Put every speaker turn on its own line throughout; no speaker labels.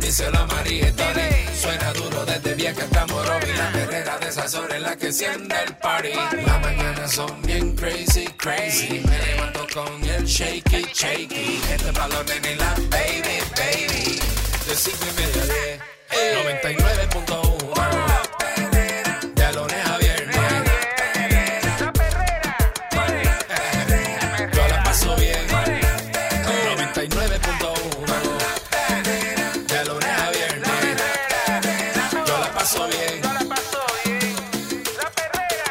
díselo a María y ah. Tony. Suena duro desde bien que estamos Robin. La perrera de esas horas es la que enciende el party. Las mañanas son bien crazy, crazy. Me levanto con el shaky, shaky. Este es pa' los nenes y la baby, baby. De cinco y media a diez. 99.1 La perrera De lunes a viernes
la perrera,
yo la paso bien. 99.1. De lunes a viernes. Yo la paso bien.
no la pasó bien. La perrera,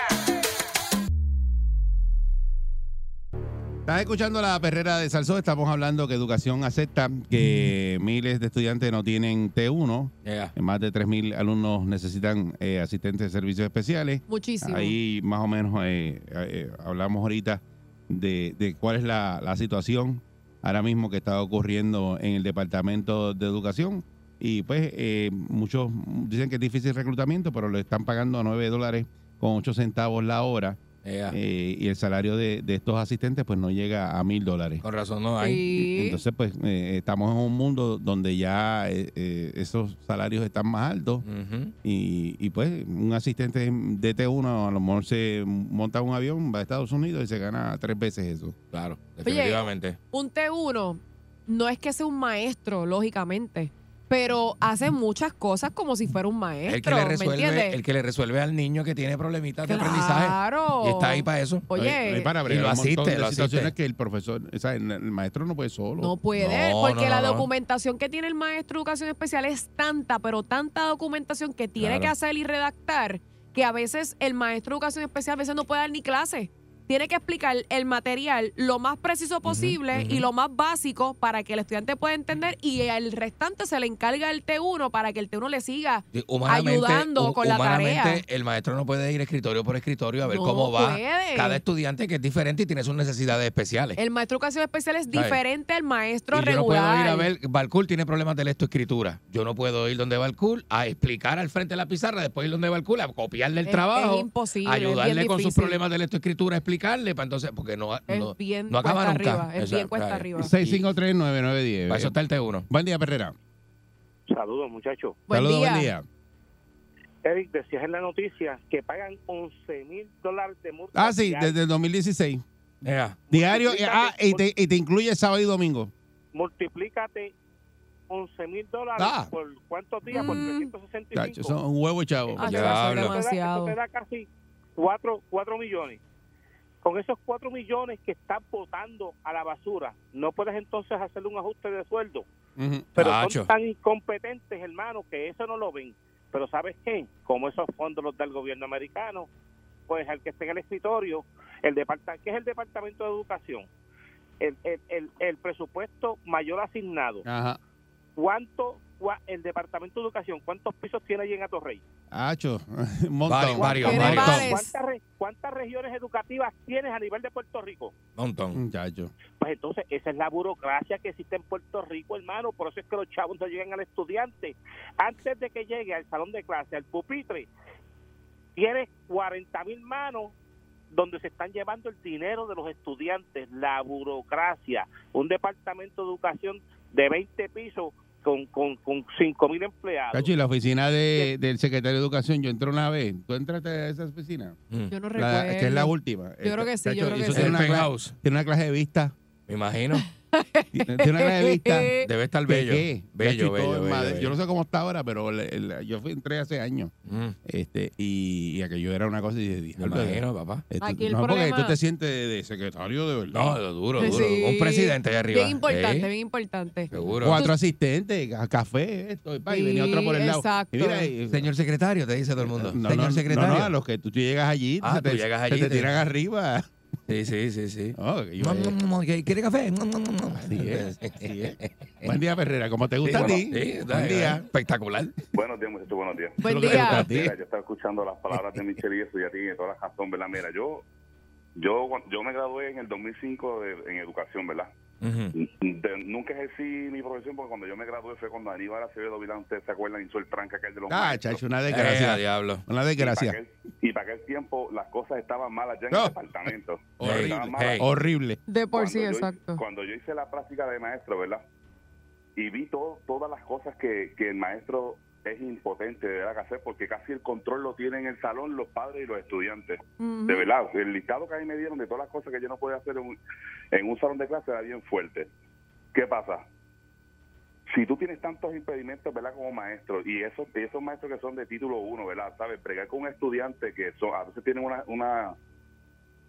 Estás escuchando la perrera de Salsó. Estamos hablando que Educación acepta que miles de estudiantes no tienen T1. Más de 3.000 alumnos necesitan eh, asistentes de servicios especiales.
Muchísimo.
Ahí más o menos eh, eh, hablamos ahorita de, de cuál es la, la situación ahora mismo que está ocurriendo en el Departamento de Educación. Y pues eh, muchos dicen que es difícil reclutamiento, pero lo están pagando a 9 dólares con 8 centavos la hora.
Ah.
Eh, y el salario de, de estos asistentes pues no llega a mil dólares.
Con razón no hay.
Sí.
Entonces pues eh, estamos en un mundo donde ya eh, eh, esos salarios están más altos
Ujú.
y, y, pues un asistente de T1 a lo mejor se monta un avión, va a Estados Unidos y se gana tres veces eso.
Claro, definitivamente.
un T1 no es que sea un maestro, lógicamente, pero hace muchas cosas como si fuera un maestro.
El que, le
¿me entiendes?
resuelve, el que le resuelve al niño que tiene problemitas de aprendizaje.
claro.
Y está ahí para eso.
Oye,
Hay- hay para
y
bregar
lo
un montón
asiste,
de
lo asiste.
situaciones que el profesor, o sea, el el maestro no puede solo.
no puede,
No,
porque
no,
la
no, no.
documentación que tiene el maestro de educación especial es tanta, pero tanta documentación que tiene
Claro.
que hacer y redactar, que a veces el maestro de educación especial a veces no puede dar ni clase. Tiene que explicar el material lo más preciso posible y lo más básico para que el estudiante pueda entender y el restante se le encarga el T1 para que el T1 le siga
Sí, Humanamente,
ayudando
hu-
con la
humanamente,
tarea.
el maestro no puede ir escritorio por escritorio a ver
No
cómo va
puede.
cada estudiante que es diferente y tiene sus necesidades especiales.
El maestro de educación especial es
¿Sabes?
diferente al maestro
Y yo no puedo ir
regular.
a ver, Balcour tiene problemas de lectoescritura. Yo no puedo ir donde Balcour a explicar al frente de la pizarra, después ir donde Balcour a copiarle el
Es-
trabajo,
es imposible, es bien
ayudarle con sus
difícil.
problemas de lectoescritura, explicarle, para entonces, porque no,
Es
no,
bien
no acaba
cuesta
nunca.
arriba, es
Exacto,
bien cuesta
¿sabes?
arriba.
Para eso
6539910.
está el T1.
Buen día, Perrera.
Saludos, muchachos.
Buen
Saludos,
día.
buen día.
Eric, decías en la noticia que pagan 11 mil dólares de multa.
Ah, sí,
diaria.
desde el 2016.
Ea.
Diario, y- ah, y
Multiplícate
te, y te incluye sábado y domingo.
Multiplícate 11 mil dólares
Ah.
por cuántos días, por
Mm.
365.
Chacho, son un huevo, chavo.
Ah,
Ya
eso es
hablo.
Eso te da-
demasiado.
Eso te da casi 4, millones. Con esos 4 millones que estás botando a la basura, no puedes entonces hacer un ajuste de sueldo.
Ujú.
Pero
Chacho.
son tan incompetentes, hermano, que eso no lo ven. Pero ¿sabes qué? Como esos fondos los da el gobierno americano, pues al que esté en el escritorio, el departa- ¿qué es el Departamento de Educación? El, el, el, el presupuesto mayor asignado.
Ajá.
¿Cuánto, cua- el Departamento de Educación, cuántos pisos tiene allí en Atorrey?
Hacho, un montón.
Varios, varios,
Tiene
varios.
varios.
¿Cuántas, re- ¿Cuántas regiones educativas tienes a nivel de Puerto Rico?
Montón.
Muchacho.
Pues entonces, esa es la burocracia que existe en Puerto Rico, hermano. Por eso es que los chavos no llegan al estudiante. Antes de que llegue al salón de clase, al pupitre, tienes 40 mil manos donde se están llevando el dinero de los estudiantes, la burocracia. Un departamento de educación de 20 pisos con, con, con 5 mil empleados.
Chacho, y la oficina de- del secretario de Educación, yo entré una vez. ¿Tú entraste a esa oficina?
Mm.
Yo no
La-
recuerdo.
que es la última. Yo
creo que sí, yo creo que
Eso
sí.
tiene el
Tiene, una cla-
penthouse,
tiene una clase de vista.
me imagino.
Tiene tiene una clase de vista. ¿De
Debe estar bello.
qué? Chacho, y
Bello,
todo
bello,
en
bello,
madera.
bello.
Yo no sé cómo está ahora, pero le- el- yo fui, entré hace años.
Mm,
Este, y, y aquello era una cosa y dije,
me
"Diablo, eh,
imagino, papá.
esto-
Aquí el
no, porque
problema-
tú te sientes de, Eh, de secretario de verdad.
No, duro,
Sí.
duro. Un presidente allá arriba.
Bien importante,
¿Eh?
Sí,
bien importante.
Seguro.
Cuatro asistentes, a café, esto, y, pa, y venía otro por el lado.
Exacto.
Y mira, y-
Señor secretario, te dice todo el mundo.
No,
Señor
no,
secretario.
No, no, a los que tú, tú llegas allí,
Ah,
se
tú
te,
llegas
se
allí,
te
te-
tiran arriba.
Sí, sí, sí, sí.
Oh, que yo-
Nom, nom, nom, ¿qu- ¿Quiere café? Nom, nom, nom.
Así es, así es. Buen día, Ferrera, como te gusta a
Sí,
ti.
sí, está
Buen
bien,
día.
Espectacular.
Buenos días, muchachos, buenos días.
Buen
Eso es eh, lo que te gusta a
día.
ti.
Mira, yo estaba escuchando las palabras de Michelle y eso, ya tiene toda la razón, ¿verdad? Mira, yo Yo, yo me gradué en el 2005 de- en educación, ¿verdad?
Ujú.
De- nunca ejercí mi profesión porque cuando yo me gradué fue cuando Aníbal Acevedo Vilán, ustedes se acuerdan, hizo el tranca aquel de los
Ah,
maestros.
chacho, una
Eh, a
desgracia.
diablo.
una
Y para
desgracia.
aquel- Y para aquel tiempo las cosas estaban malas ya en
No.
el departamento.
Horrible.
Estaban malas.
Hey.
Horrible.
De por sí,
Cuando yo-
exacto.
Cuando yo hice la práctica de maestro, ¿verdad? Y vi todo, todas las cosas que, que el maestro es impotente de verdad que hacer porque casi el control lo tienen en el salón los padres y los estudiantes.
Ujú.
De verdad, el listado que a mí me dieron de todas las cosas que yo no podía hacer en un, en un salón de clase era bien fuerte. ¿Qué pasa? Si tú tienes tantos impedimentos, ¿verdad? Como maestro, y esos, y esos maestros que son de título uno, ¿verdad? ¿Sabes? Pregar con un estudiante que son, a veces tienen una, una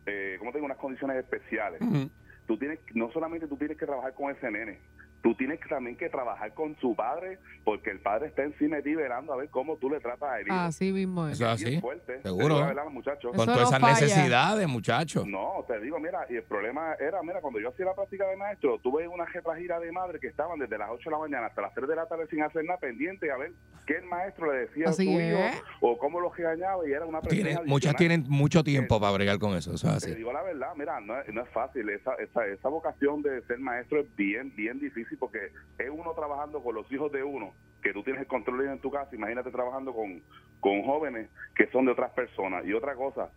eh, ¿cómo te digo? Unas condiciones especiales.
Ujú.
Tú tienes, no solamente tú tienes que trabajar con ese nene, tú tienes que- también que trabajar con su padre, porque el padre está encima de ti velando a ver cómo tú le tratas a él.
Así mismo es.
Eso es así.
Bien fuerte. Te
Seguro.
digo la verdad, muchachos.
Con
Ah, Eso
todas
no
esas
falla.
necesidades, muchachos.
No, te digo, mira, y el problema era, mira, cuando yo hacía la práctica de maestro, tuve una gira de madre que estaban desde las 8 de la mañana hasta las 3 de la tarde sin hacer nada pendiente a ver qué el maestro le decía a su
Así
hijo
es.
o cómo lo regañaba y era una presión
Tienen-
adicional.
muchas Eh, tienen mucho tiempo para bregar con eso. Eso es
Te
así.
digo la verdad, mira, no, es- no es fácil. Esa, esa, esa vocación de ser maestro es bien, bien difícil porque es uno trabajando con los hijos de uno, que tú tienes el control de ellos en tu casa. Imagínate trabajando con, con jóvenes que son de otras personas. Y otra cosa,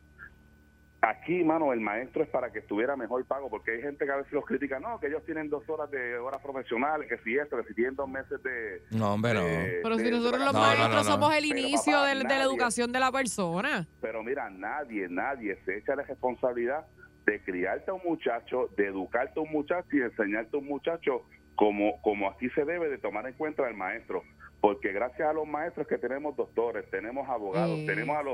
aquí, mano, el maestro es para que estuviera mejor pago porque hay gente que a veces los critica. No, que ellos tienen dos horas de horas profesionales, que si esto, que si tienen dos meses de...
No, hombre, no.
de-
Pero si
de-
nosotros
de-
los
No, no,
maestros
no, no.
somos el
Pero,
inicio
papá,
del- de, la
nadie-
educación de la persona.
Pero mira, nadie, nadie se echa la responsabilidad de criarte a un muchacho, de educarte a un muchacho y enseñarte a un muchacho como, como aquí se debe de tomar en cuenta el maestro. Porque gracias a los maestros que tenemos doctores, tenemos abogados, tenemos a los, a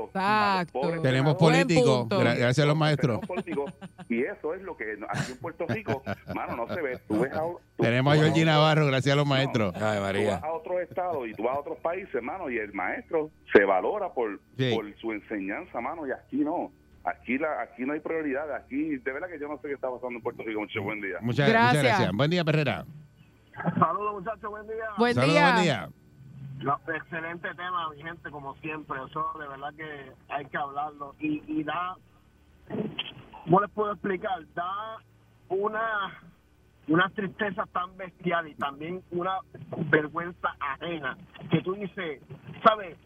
los
Exacto.
pobres
Tenemos
senadores,
Buen
políticos,
punto.
gra- gracias a los maestros.
tenemos políticos, y eso es lo que aquí en Puerto Rico, mano, no se ve. Tú ves a- tú-
Tenemos a
tú vas
Georgie Navarro, gracias a los maestros.
Ay,
tú vas
María.
a otros estados y tú vas a otros países, hermano, y el maestro se valora por,
Sí.
por su enseñanza, mano, y aquí no. Aquí la, aquí no hay prioridad. Aquí, de verdad que yo no sé qué está pasando en Puerto Rico. Mucho buen día.
Muchas
Gracias.
gracias. muchas gracias. Buen día, Perrera.
Saludos muchachos, buen día.
Buen
Saludos,
día.
buen día.
No, excelente tema, mi gente, como siempre. Eso de verdad que hay que hablarlo. Y, y da, no les puedo explicar, da una, una tristeza tan bestial y también una vergüenza ajena que tú dices, ¿sabes?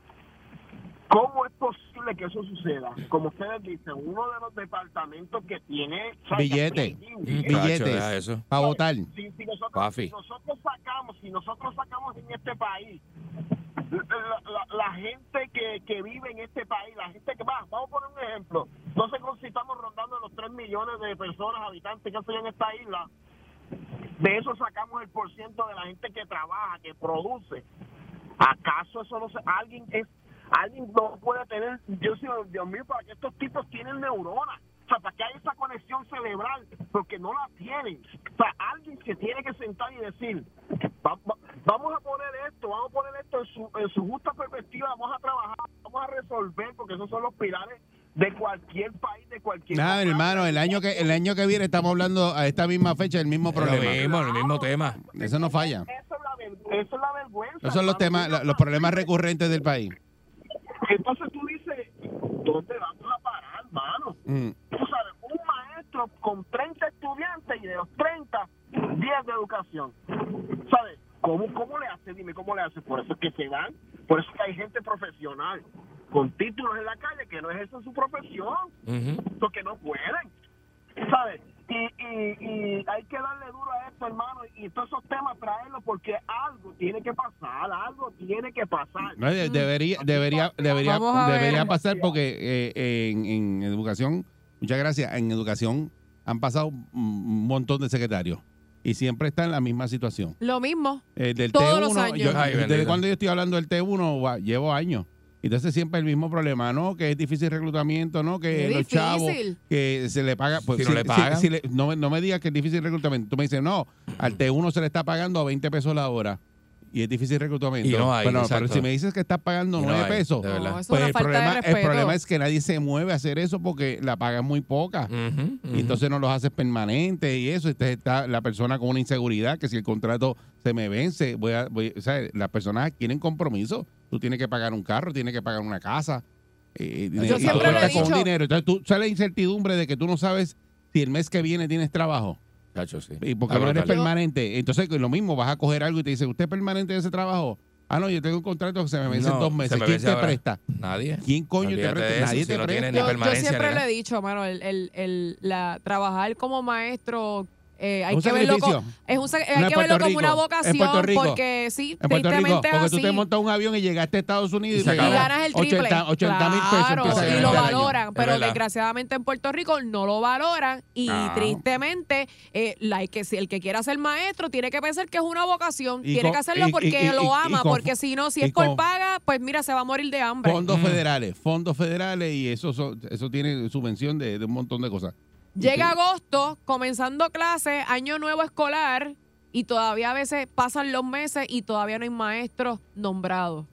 ¿Cómo es posible que eso suceda? Como ustedes dicen, uno de los departamentos que tiene... ¿sabes?
Billete.
Billete.
Muchacho,
Billetes.
deja eso.
A votar.
Si, si nosotros,
Pafi.
si nosotros sacamos, si nosotros sacamos en este país la, la- la gente que, que vive en este país, la gente que va, vamos a poner un ejemplo, nosotros si estamos rondando los 3 millones de personas, habitantes que hay en esta isla, de eso sacamos el por ciento de la gente que trabaja, que produce. ¿Acaso eso no se, alguien es, alguien no puede tener, yo digo, Dios mío, para que estos tipos tienen neuronas, o sea, para que haya esa conexión cerebral, porque no la tienen. O sea, alguien se tiene que sentar y decir, "Va- va- vamos a poner esto, vamos a poner esto en su, en su justa perspectiva, vamos a trabajar, vamos a resolver, porque esos son los pilares de cualquier país, de cualquier...
Nada, hermano, el año que el año que viene estamos hablando a esta misma fecha del mismo
Es Lo
problema.
mismo, el mismo tema.
Eso no falla.
Eso es la, ver- eso es la vergüenza.
Esos son los
hermano.
temas, la- los problemas recurrentes del país.
Entonces tú dices, ¿dónde vamos a parar, mano?
Mm.
Tú sabes, un maestro con 30 estudiantes y de los 30, 10 de educación. ¿Sabes? ¿Cómo, ¿Cómo le hace? Dime, ¿cómo le hace? Por eso es que se van, por eso es que hay gente profesional con títulos en la calle que no ejercen su profesión
Ujú.
porque no pueden, ¿sabes? Y, y, y hay que darle duro a esto, hermano, y todos esos temas traerlos porque algo tiene que pasar, algo tiene que pasar.
No, de- debería, debería, debería,
Vamos a ver.
debería pasar porque eh, en, en educación, muchas gracias, en educación han pasado un- un montón de secretarios y siempre está en la misma situación.
Lo mismo.
Eh, del
Todos
T1,
los años.
yo-
Ay,
desde
bendito.
cuando yo estoy hablando del T1, va, llevo años. Entonces siempre el mismo problema, ¿no? Que es difícil reclutamiento, ¿no? Que
Qué
los
difícil.
chavos que se le paga. pues,
Si no le pagan.
si le- no, me- no me digas que es difícil reclutamiento. Tú me dices, no, al T1 se le está pagando a 20 pesos la hora y es difícil reclutamiento.
Y no hay,
pero,
exacto.
pero si me dices que estás pagando
Y no
9
hay,
pesos,
de verdad.
No, eso
pues
es
el
una falta
problema,
de
el
respeto.
problema es que nadie se mueve a hacer eso porque la paga es muy poca.
Ujú, ujú.
Y entonces no los haces permanentes y eso. Este está la persona con una inseguridad que si el contrato se me vence, voy a, voy- o sea, las personas quieren compromiso. Tú tienes que pagar un carro, tienes que pagar una casa. eh,
Yo
y
siempre
tú
lo he
estás con
dicho.
dinero. Entonces tú sale la incertidumbre de que tú no sabes si el mes que viene tienes trabajo.
Muchacho, sí.
Y porque
Está
no eres
brutal.
permanente. Entonces, lo mismo, vas a coger algo y te dicen, ¿usted es permanente de ese trabajo? Ah, no, yo tengo un contrato que se me vence en
No,
dos
se
meses.
me
¿Quién
vence
te
ahora.
presta?
Nadie.
¿Quién coño te
Olvídate
presta?
de eso,
Nadie
si
te
no tiene
presta.
ni
Yo, yo
permanencia,
siempre
ni
lo
nada.
he dicho, mano, el, el- el- la, trabajar como maestro eh, hay
Un
que verlo
sacrificio.
co- es un, sac- hay
No es
que
Puerto
verlo como
Rico,
una
es Puerto
vocación
Rico.
porque sí,
En Puerto Rico,
tristemente
porque
es así.
tú te montas un avión y llegaste a Estados Unidos
Y se
te
acabó.
ganas el triple.
80 80 mil pesos.
Claro,
empiezas a
y
ganar
lo
al año.
valoran,
Es
pero
verdad. Ah.
desgraciadamente en Puerto Rico no lo valoran y
No.
tristemente eh, la- el que, si el que quiera ser maestro tiene que pensar que es una vocación,
Y
tiene
con-
que hacerlo
y- y-
porque
y- y- y
lo ama,
con-
porque si no, si
y
es por
con-
paga, pues mira, se va a morir de hambre.
Mm.
Fondos federales, fondos federales y eso, son- eso tiene subvención de, de un montón de cosas.
Llega agosto, comenzando clases, año nuevo escolar, y todavía a veces pasan los meses y todavía no hay maestros nombrados.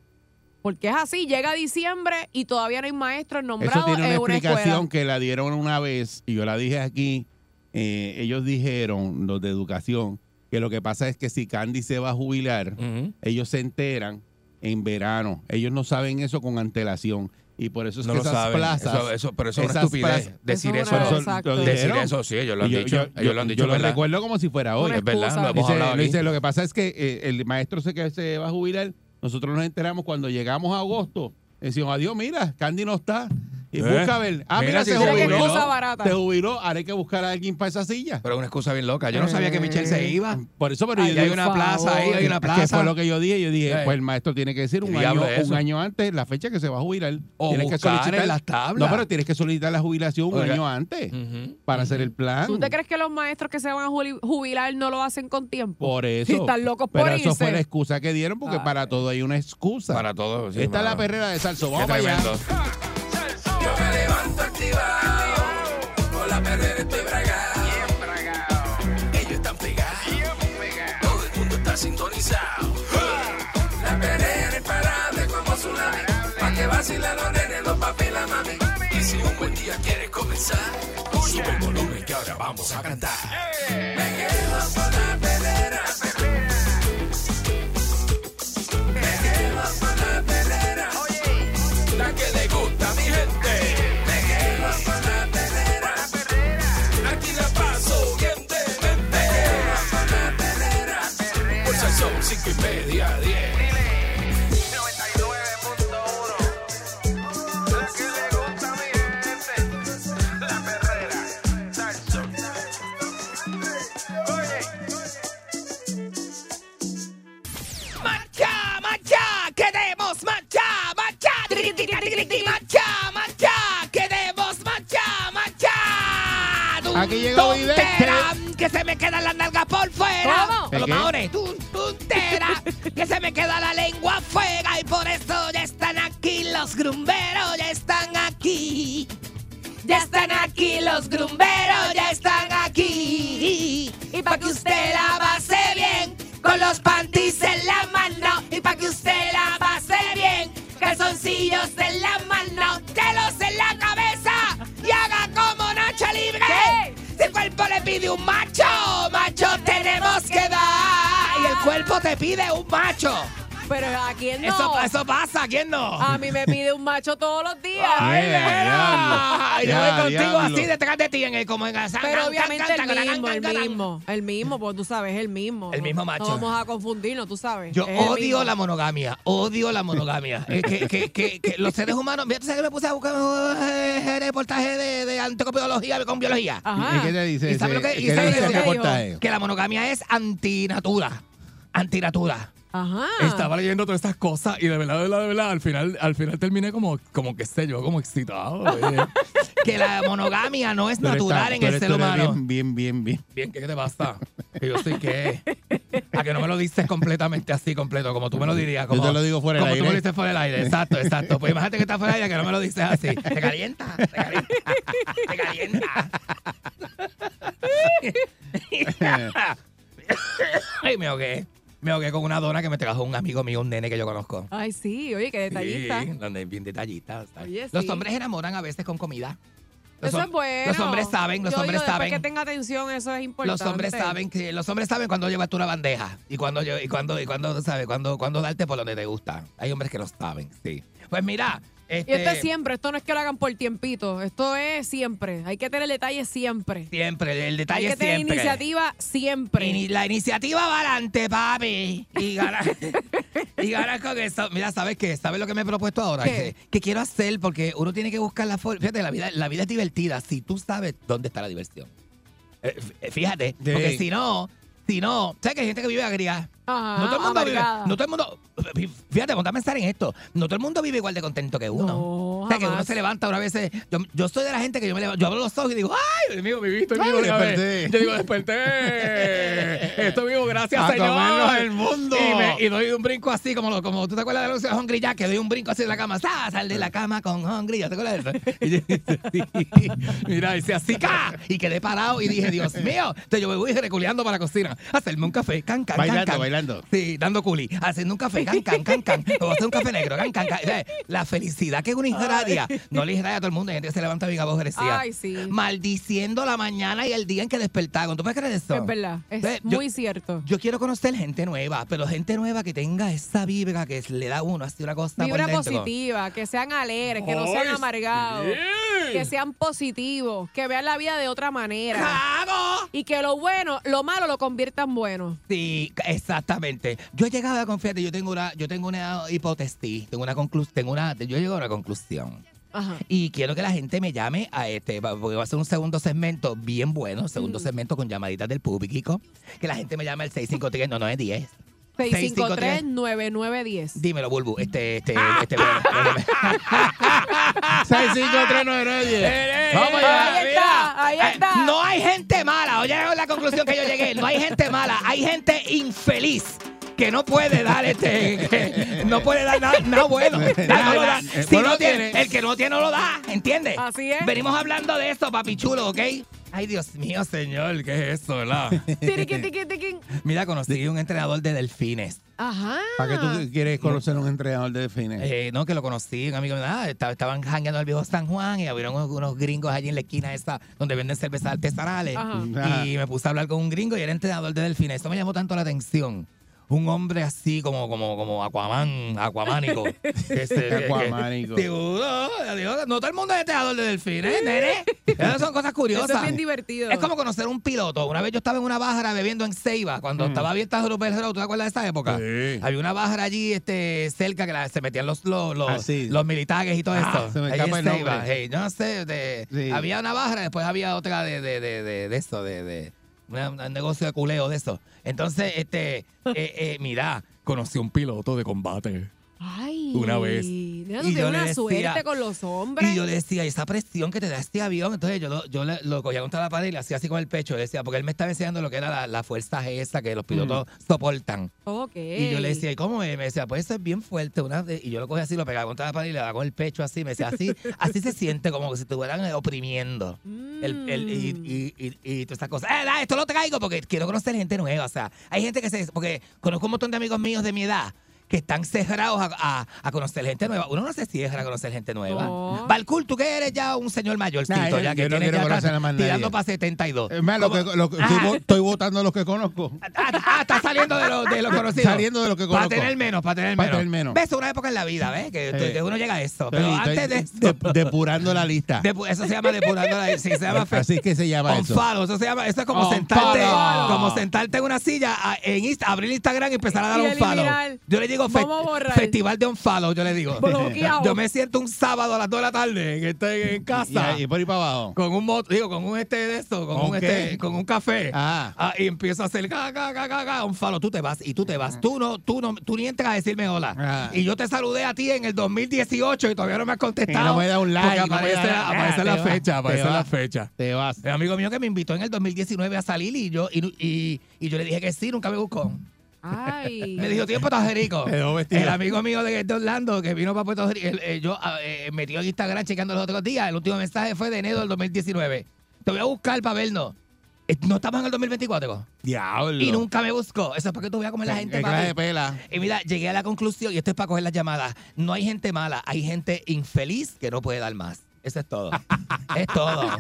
Porque es así, llega diciembre y todavía no hay maestros
Eso
nombrados
tiene una
en una
explicación
escuela.
que la dieron una vez y yo la dije aquí. eh, ellos dijeron, los de educación, que lo que pasa es que si Candy se va a jubilar,
Ujú.
ellos se enteran en verano. Ellos no saben eso con antelación. Y por eso es
No
que
lo
esas
saben.
plazas.
eso, eso- pero eso es una
esas
estupidez.
plazas-
Decir
Eso
eso.
es una-
no.
Exacto.
lo
Decir
dijeron.
eso, sí, ellos lo han
Y yo-
dicho.
yo-
ellos lo han dicho,
Yo lo
¿verdad?
recuerdo como si fuera hoy.
Una
Es verdad, lo
excusa.
hemos
Dice,
hablado aquí.
dice, lo que pasa es que eh, el maestro se, que se va a jubilar, nosotros nos enteramos cuando llegamos a agosto. Decimos, adiós, mira, Candy no está. Y
Eh,
busca a ver. Ah, mira,
mira si
se
se
Mira qué
jubiló.
excusa
jubiló.
barata.
Se jubiló, ahora hay que buscar a alguien para esa silla.
Pero es una excusa bien loca. Yo no sabía que Michelle se iba.
Eh, Por eso, pero
Ay,
yo
Y hay
digo,
por
una plaza ahí,
favor.
hay una
que
plaza.
fue lo que yo dije. Yo dije,
Sí.
pues el maestro tiene que decir un
¿Qué
año,
diablo es
un
eso?
año antes la fecha que se va a jubilar.
O
tienes que
buscar en
solicitar
las tablas.
No, pero tienes que solicitar la jubilación un
Oiga.
año antes
Ujú.
para hacer el plan.
¿Tú te crees que los maestros que se van a juli- jubilar no lo hacen con tiempo?
Por eso.
Si están locos
Pero
por
eso
irse.
fue la excusa que dieron porque
Ah.
Ay.
para todo hay una excusa.
Para todos. sí,
Esta es la
mano.
perrera de Salso.
Qué
Vamos para allá.
tremendo.
Yo me levanto activado. Con la perrera estoy bragado. Ellos están pegados. Todo el mundo está sintonizado. La perrera es parable como tsunami. Pa' que vacilan los nenes, los papi y la mami. Y si un buen día quieres comenzar, sube el volumen que ahora vamos a cantar. Me quedo con la perrera. Me quedo con la perrera. La que le gusta a mi gente. Me quedo con la perrera. Aquí la paso bien demente. Me quedo con la perrera. Por si son cinco y media a diez.
99.1 La que le gusta a mi gente La perrera Salsón Oye
Mancha, mancha, queremos mancha, mancha, triqui, triqui, triqui, triqui, mancha, mancha, queremos mancha, mancha. Dun,
Aquí llegó
dun,
Vivex.
terán, que se me queda la nalga por fuera.
¿Cómo?
¿El
Los
qué?
maones. Dun, dun, terán, que se me queda la lengua fuera y por eso ya están aquí los grumberos, ya están aquí. Ya están aquí los grumberos, ya están aquí. Y para que usted la pase bien, con los panties en la mano. Y para que usted la pase bien, calzoncillos en la mano, telos en la cabeza y haga como Nacha Libre. Si el cuerpo le pide un macho, macho tenemos que dar. Y el cuerpo te pide un macho.
Pero ¿a quién no?
Eso, eso pasa, ¿quién no?
A mí me pide un macho todos los días.
Ay,
Eh,
mira.
diablo.
Yo voy
Ya,
contigo
diablo.
así detrás de ti en el como en el
Pero obviamente el mismo, el mismo, el mismo, porque tú sabes, el mismo.
El mismo
No-
macho.
No vamos a confundirnos, tú sabes.
Yo
es
eh,
el
odio
mismo.
la monogamia, odio la monogamia. Eh, que, que, que, que los seres humanos, mira, tú sabes que me puse a buscar eh, reportajes de, de antropiología con biología.
Ajá.
¿Y qué te dice?
¿Y sabe
ese-
lo que- y
qué
sabe
dice
lo
el
que dijo?
reportaje?
Que la monogamia es antinatura. Antinatura.
Ajá.
Ah.
Estaba leyendo todas estas cosas y de verdad, de verdad, de verdad, al final, al final terminé como, como que sé yo, como excitado. oye.
Que la monogamia no es
Tú eres
natural
tan-
en
tú
el
eres-
ser
tú eres
humano.
Bien, bien, bien, bien.
Bien, ¿qué te basta? Que yo sé qué. A que no me lo dices completamente así, completo, como tú me lo dirías. Como,
Yo te lo digo fuera del
como
aire.
tú me lo dices fuera del aire, exacto, exacto. Pues imagínate que estás fuera del aire, que no me lo dices así. Te calienta, te calienta, te calienta. Ay, me ahogué. Me ahogué con una dona que me trajo un amigo mío, un nene que yo conozco.
Ay, sí, oye, qué Ah, detallista.
Sí, donde- bien detallista. ¿sabes?
Oye,
Los
sí.
hombres enamoran a veces con comida. Los
Eso
hom-
es bueno.
Los hombres saben, los
Yo
hombres
digo, después
saben.
que tenga atención, eso es importante.
Los hombres saben que los hombres saben cuando llevas tú una bandeja y cuando yo y cuando y cuando sabes cuando cuando darte por donde te gusta. Hay hombres que lo saben, sí. Pues mira,
este,
Y esto es siempre, esto no es que lo hagan por tiempito, esto es siempre. Hay que tener detalles siempre.
Siempre, el, el detalle
Hay que
es siempre.
tener iniciativa siempre.
Ini- la iniciativa va adelante, papi. Y ganas y ganas con eso. Mira, ¿sabes qué? ¿Sabes lo que me he propuesto ahora?
¿Qué?
Que, que quiero hacer porque uno tiene que buscar la forma. Fíjate, la vida, la vida es divertida si tú sabes dónde está la diversión. Eh, f- Fíjate,
Sí.
porque si no, si no, ¿sabes que hay gente que vive agria?
Ah,
Ajá,
no todo el mundo
amargada.
vive, no todo el mundo, fíjate, ponte a pensar en esto, no todo el mundo vive igual de contento que uno.
No,
o sea, que uno
jamás.
se levanta una vez, yo, yo soy de la gente que yo me levanto, yo abro los ojos y digo, ay, Dios mío, viví, estoy
Ay,
vivo otra vez".
desperté.
Yo digo, desperté, estoy vivo, gracias
A
Señor.
comernos el mundo.
Y, me- y doy un brinco así, como, lo- como tú te acuerdas de la anuncio de Hungry Jack, que doy un brinco así de la cama, ¡sa! sal de la cama con Hungry, Jack, ¿te acuerdas de eso? Y yo hice así, mira, hice así, ¡ca! y quedé parado y dije, Dios mío, entonces yo me voy reculeando para la cocina, a hacerme un café, can, can, can,
Bailando,
can.
bailando.
Sí, dando culi, haciendo un café, can, can, can, can. O hacer un café negro, can, can, can. O sea, La felicidad que uno irradia, no le irradia a todo el mundo, hay gente que se levanta bien a vos,
Ay, sí.
Maldiciendo la mañana y el día en que despertaron. ¿Tú puedes creer eso?
Es verdad, es
Ve, yo-
muy cierto.
Yo quiero conocer gente nueva, pero gente nueva que tenga esa vibra que le da a uno así una cosa
Vibra
por dentro.
positiva, que sean alegres, que no sean amargados, que sean positivos, que vean la vida de otra manera
¡Cago!
y que lo bueno, lo malo lo conviertan en bueno.
Sí, ca- exactamente. Yo he llegado a confiar, yo tengo una, yo tengo una hipótesis, tengo una conclusión, tengo una, yo he llegado a una conclusión.
Ajá.
Y quiero que la gente me llame a este, va- porque va a ser un segundo segmento bien bueno, segundo
Mm.
segmento con llamaditas del público. Que la gente me llame al 653, no, no es 10.
653-9910.
Dímelo, Bulbu, este, este, este, bueno,
65399. Vamos allá.
Ahí está, ahí
Eh,
está.
No hay gente mala. Oye, es la conclusión que yo llegué. No hay gente mala. Hay gente infeliz que no puede dar este que no puede dar nada, nada bueno Nada no lo da.
Eh,
Si
bueno,
no tiene,
tiene.
el que no tiene no lo da ¿entiendes?
Así es.
venimos hablando de esto papi chulo ¿ok? ay Dios mío señor ¿qué es eso? la?
Tiriquín, tiquín, tiquín.
mira conocí un entrenador de delfines
Ajá.
¿Para qué tú quieres conocer a un entrenador de delfines?
Ah. Eh, no, que lo conocí, un amigo. Ah, esta- estaban jangueando al viejo San Juan y abrieron unos- unos gringos allí en la esquina esa donde venden cervezas artesanales.
Ajá.
Y me puse a hablar con un gringo y era entrenador de delfines. Eso me llamó tanto la atención. Un hombre así como, como, como Aquaman, Aquamánico. Este,
Aquamánico.
Seguro, "Oh, adiós. No todo el mundo es entrenador de este delfines, nene. Esas son cosas curiosas.
Eso es bien divertido.
Es como conocer un piloto. Una vez yo estaba en una bájara bebiendo en Ceiba, cuando estaba abierta Rupert Road, ¿tú te acuerdas de esa época?
Mm. Sí.
Había una bájara allí este, cerca que la- se metían los, los, los,
Ah, sí.
los militares y todo
Ah,
eso.
se me
Allí
escapa
en
el nombre.
Ceiba. Hey, yo no sé, de-
Sí.
había una bájara, después había otra de, de, de, de, de eso, de, de una- un negocio de culeo de eso. Entonces, este, eh, eh, mira, conocí un piloto de combate.
Ay.
Una vez.
Mira,
Y
tú
yo
tienes
le
una
decía-
suerte con los hombres.
Y yo le decía, esa presión que te da este avión. Entonces yo lo, yo le- lo cogía contra la pared y le hacía así con el pecho. Le decía, porque él me estaba enseñando lo que era la, la fuerza G esa que los pilotos soportan.
ok.
Y yo le decía, ¿y cómo? es?". Y me decía, pues eso es bien fuerte. Una, y yo lo cogía así, lo pegaba contra la pared y le daba con el pecho así. Me decía, así, así se siente como que si estuvieran eh, oprimiendo. El, el- y, y, y, y todas esas cosas. Eh, nada, esto lo traigo porque quiero conocer gente nueva. O sea, hay gente que se. Porque conozco un montón de amigos míos de mi edad que están cerrados a, a- a conocer gente nueva. Uno no se cierra a conocer gente nueva.
No.
Balcool, tú que eres ya un señor mayorcito,
Nah, yo-
ya que
yo no
tienes
quiero
ya
conocer a más nadie.
tirando para 72.
Es Eh, más, lo
¿Cómo?
que, lo que- estoy,
Ah,
vo- estoy votando a los que conozco.
Ah, ah, está saliendo de lo, de lo conocido.
Saliendo de lo que
Para
conozco.
tener menos, para tener
Pa'
menos.
tener menos.
Ves una época en la vida, ¿ves? Que,
Sí.
que uno llega a eso.
Estoy-
Pero
estoy
antes de eso.
de- depurando la lista.
depu- eso se llama depurando la. Sí, se llama fe-
Así es que se llama eso.
Unfollow, eso se llama, eso es como sentarte,
Unfollow.
como sentarte en una silla, a- en Insta- abrir Instagram y empezar a dar
Y
un follow.
eliminar.
Yo le digo fe-
Vamos a borrar.
festival de un follow, yo le digo.
Bloqueado.
Yo me siento un sábado a las 2 de la tarde que estoy en
Y,
casa.
y por ahí para abajo.
Con un moto, digo, con un este de esto, con
¿Con
un
qué?
este, con un café.
Ah.
y empiezo a hacer ca, ca, ca, ca, ca, un falo. Tú te vas y tú te vas. Tú no, tú no, tú ni entras a decirme hola.
Ah.
Y yo te saludé a ti en el 2018 y todavía no me has contestado.
Y no me da un like,
Ah, porque
no me
aparece,
da-
aparece
Ah,
la
te va,
fecha,
te
aparece
va.
la fecha.
Te vas.
El amigo mío que me invitó en el 2019 a salir y yo, y, y- y yo le dije que sí, nunca me buscó.
Ay.
Me dijo, tiempo estás rico.
Me dejó vestido.
El amigo mío de, de Orlando que vino para Puerto Rico, él, eh, yo eh, metió en Instagram checando los otros días. El último mensaje fue de enero del 2019. Te voy a buscar para vernos. Eh, No estamos en el 2024.
Diablo.
Y nunca me buscó. Eso es para que tú veas cómo es la gente.
¿Qué clase
papi.
de pela?
Y mira, llegué a la conclusión, y esto es para coger las llamadas. No hay gente mala, hay gente infeliz que no puede dar más. Eso es todo. es todo.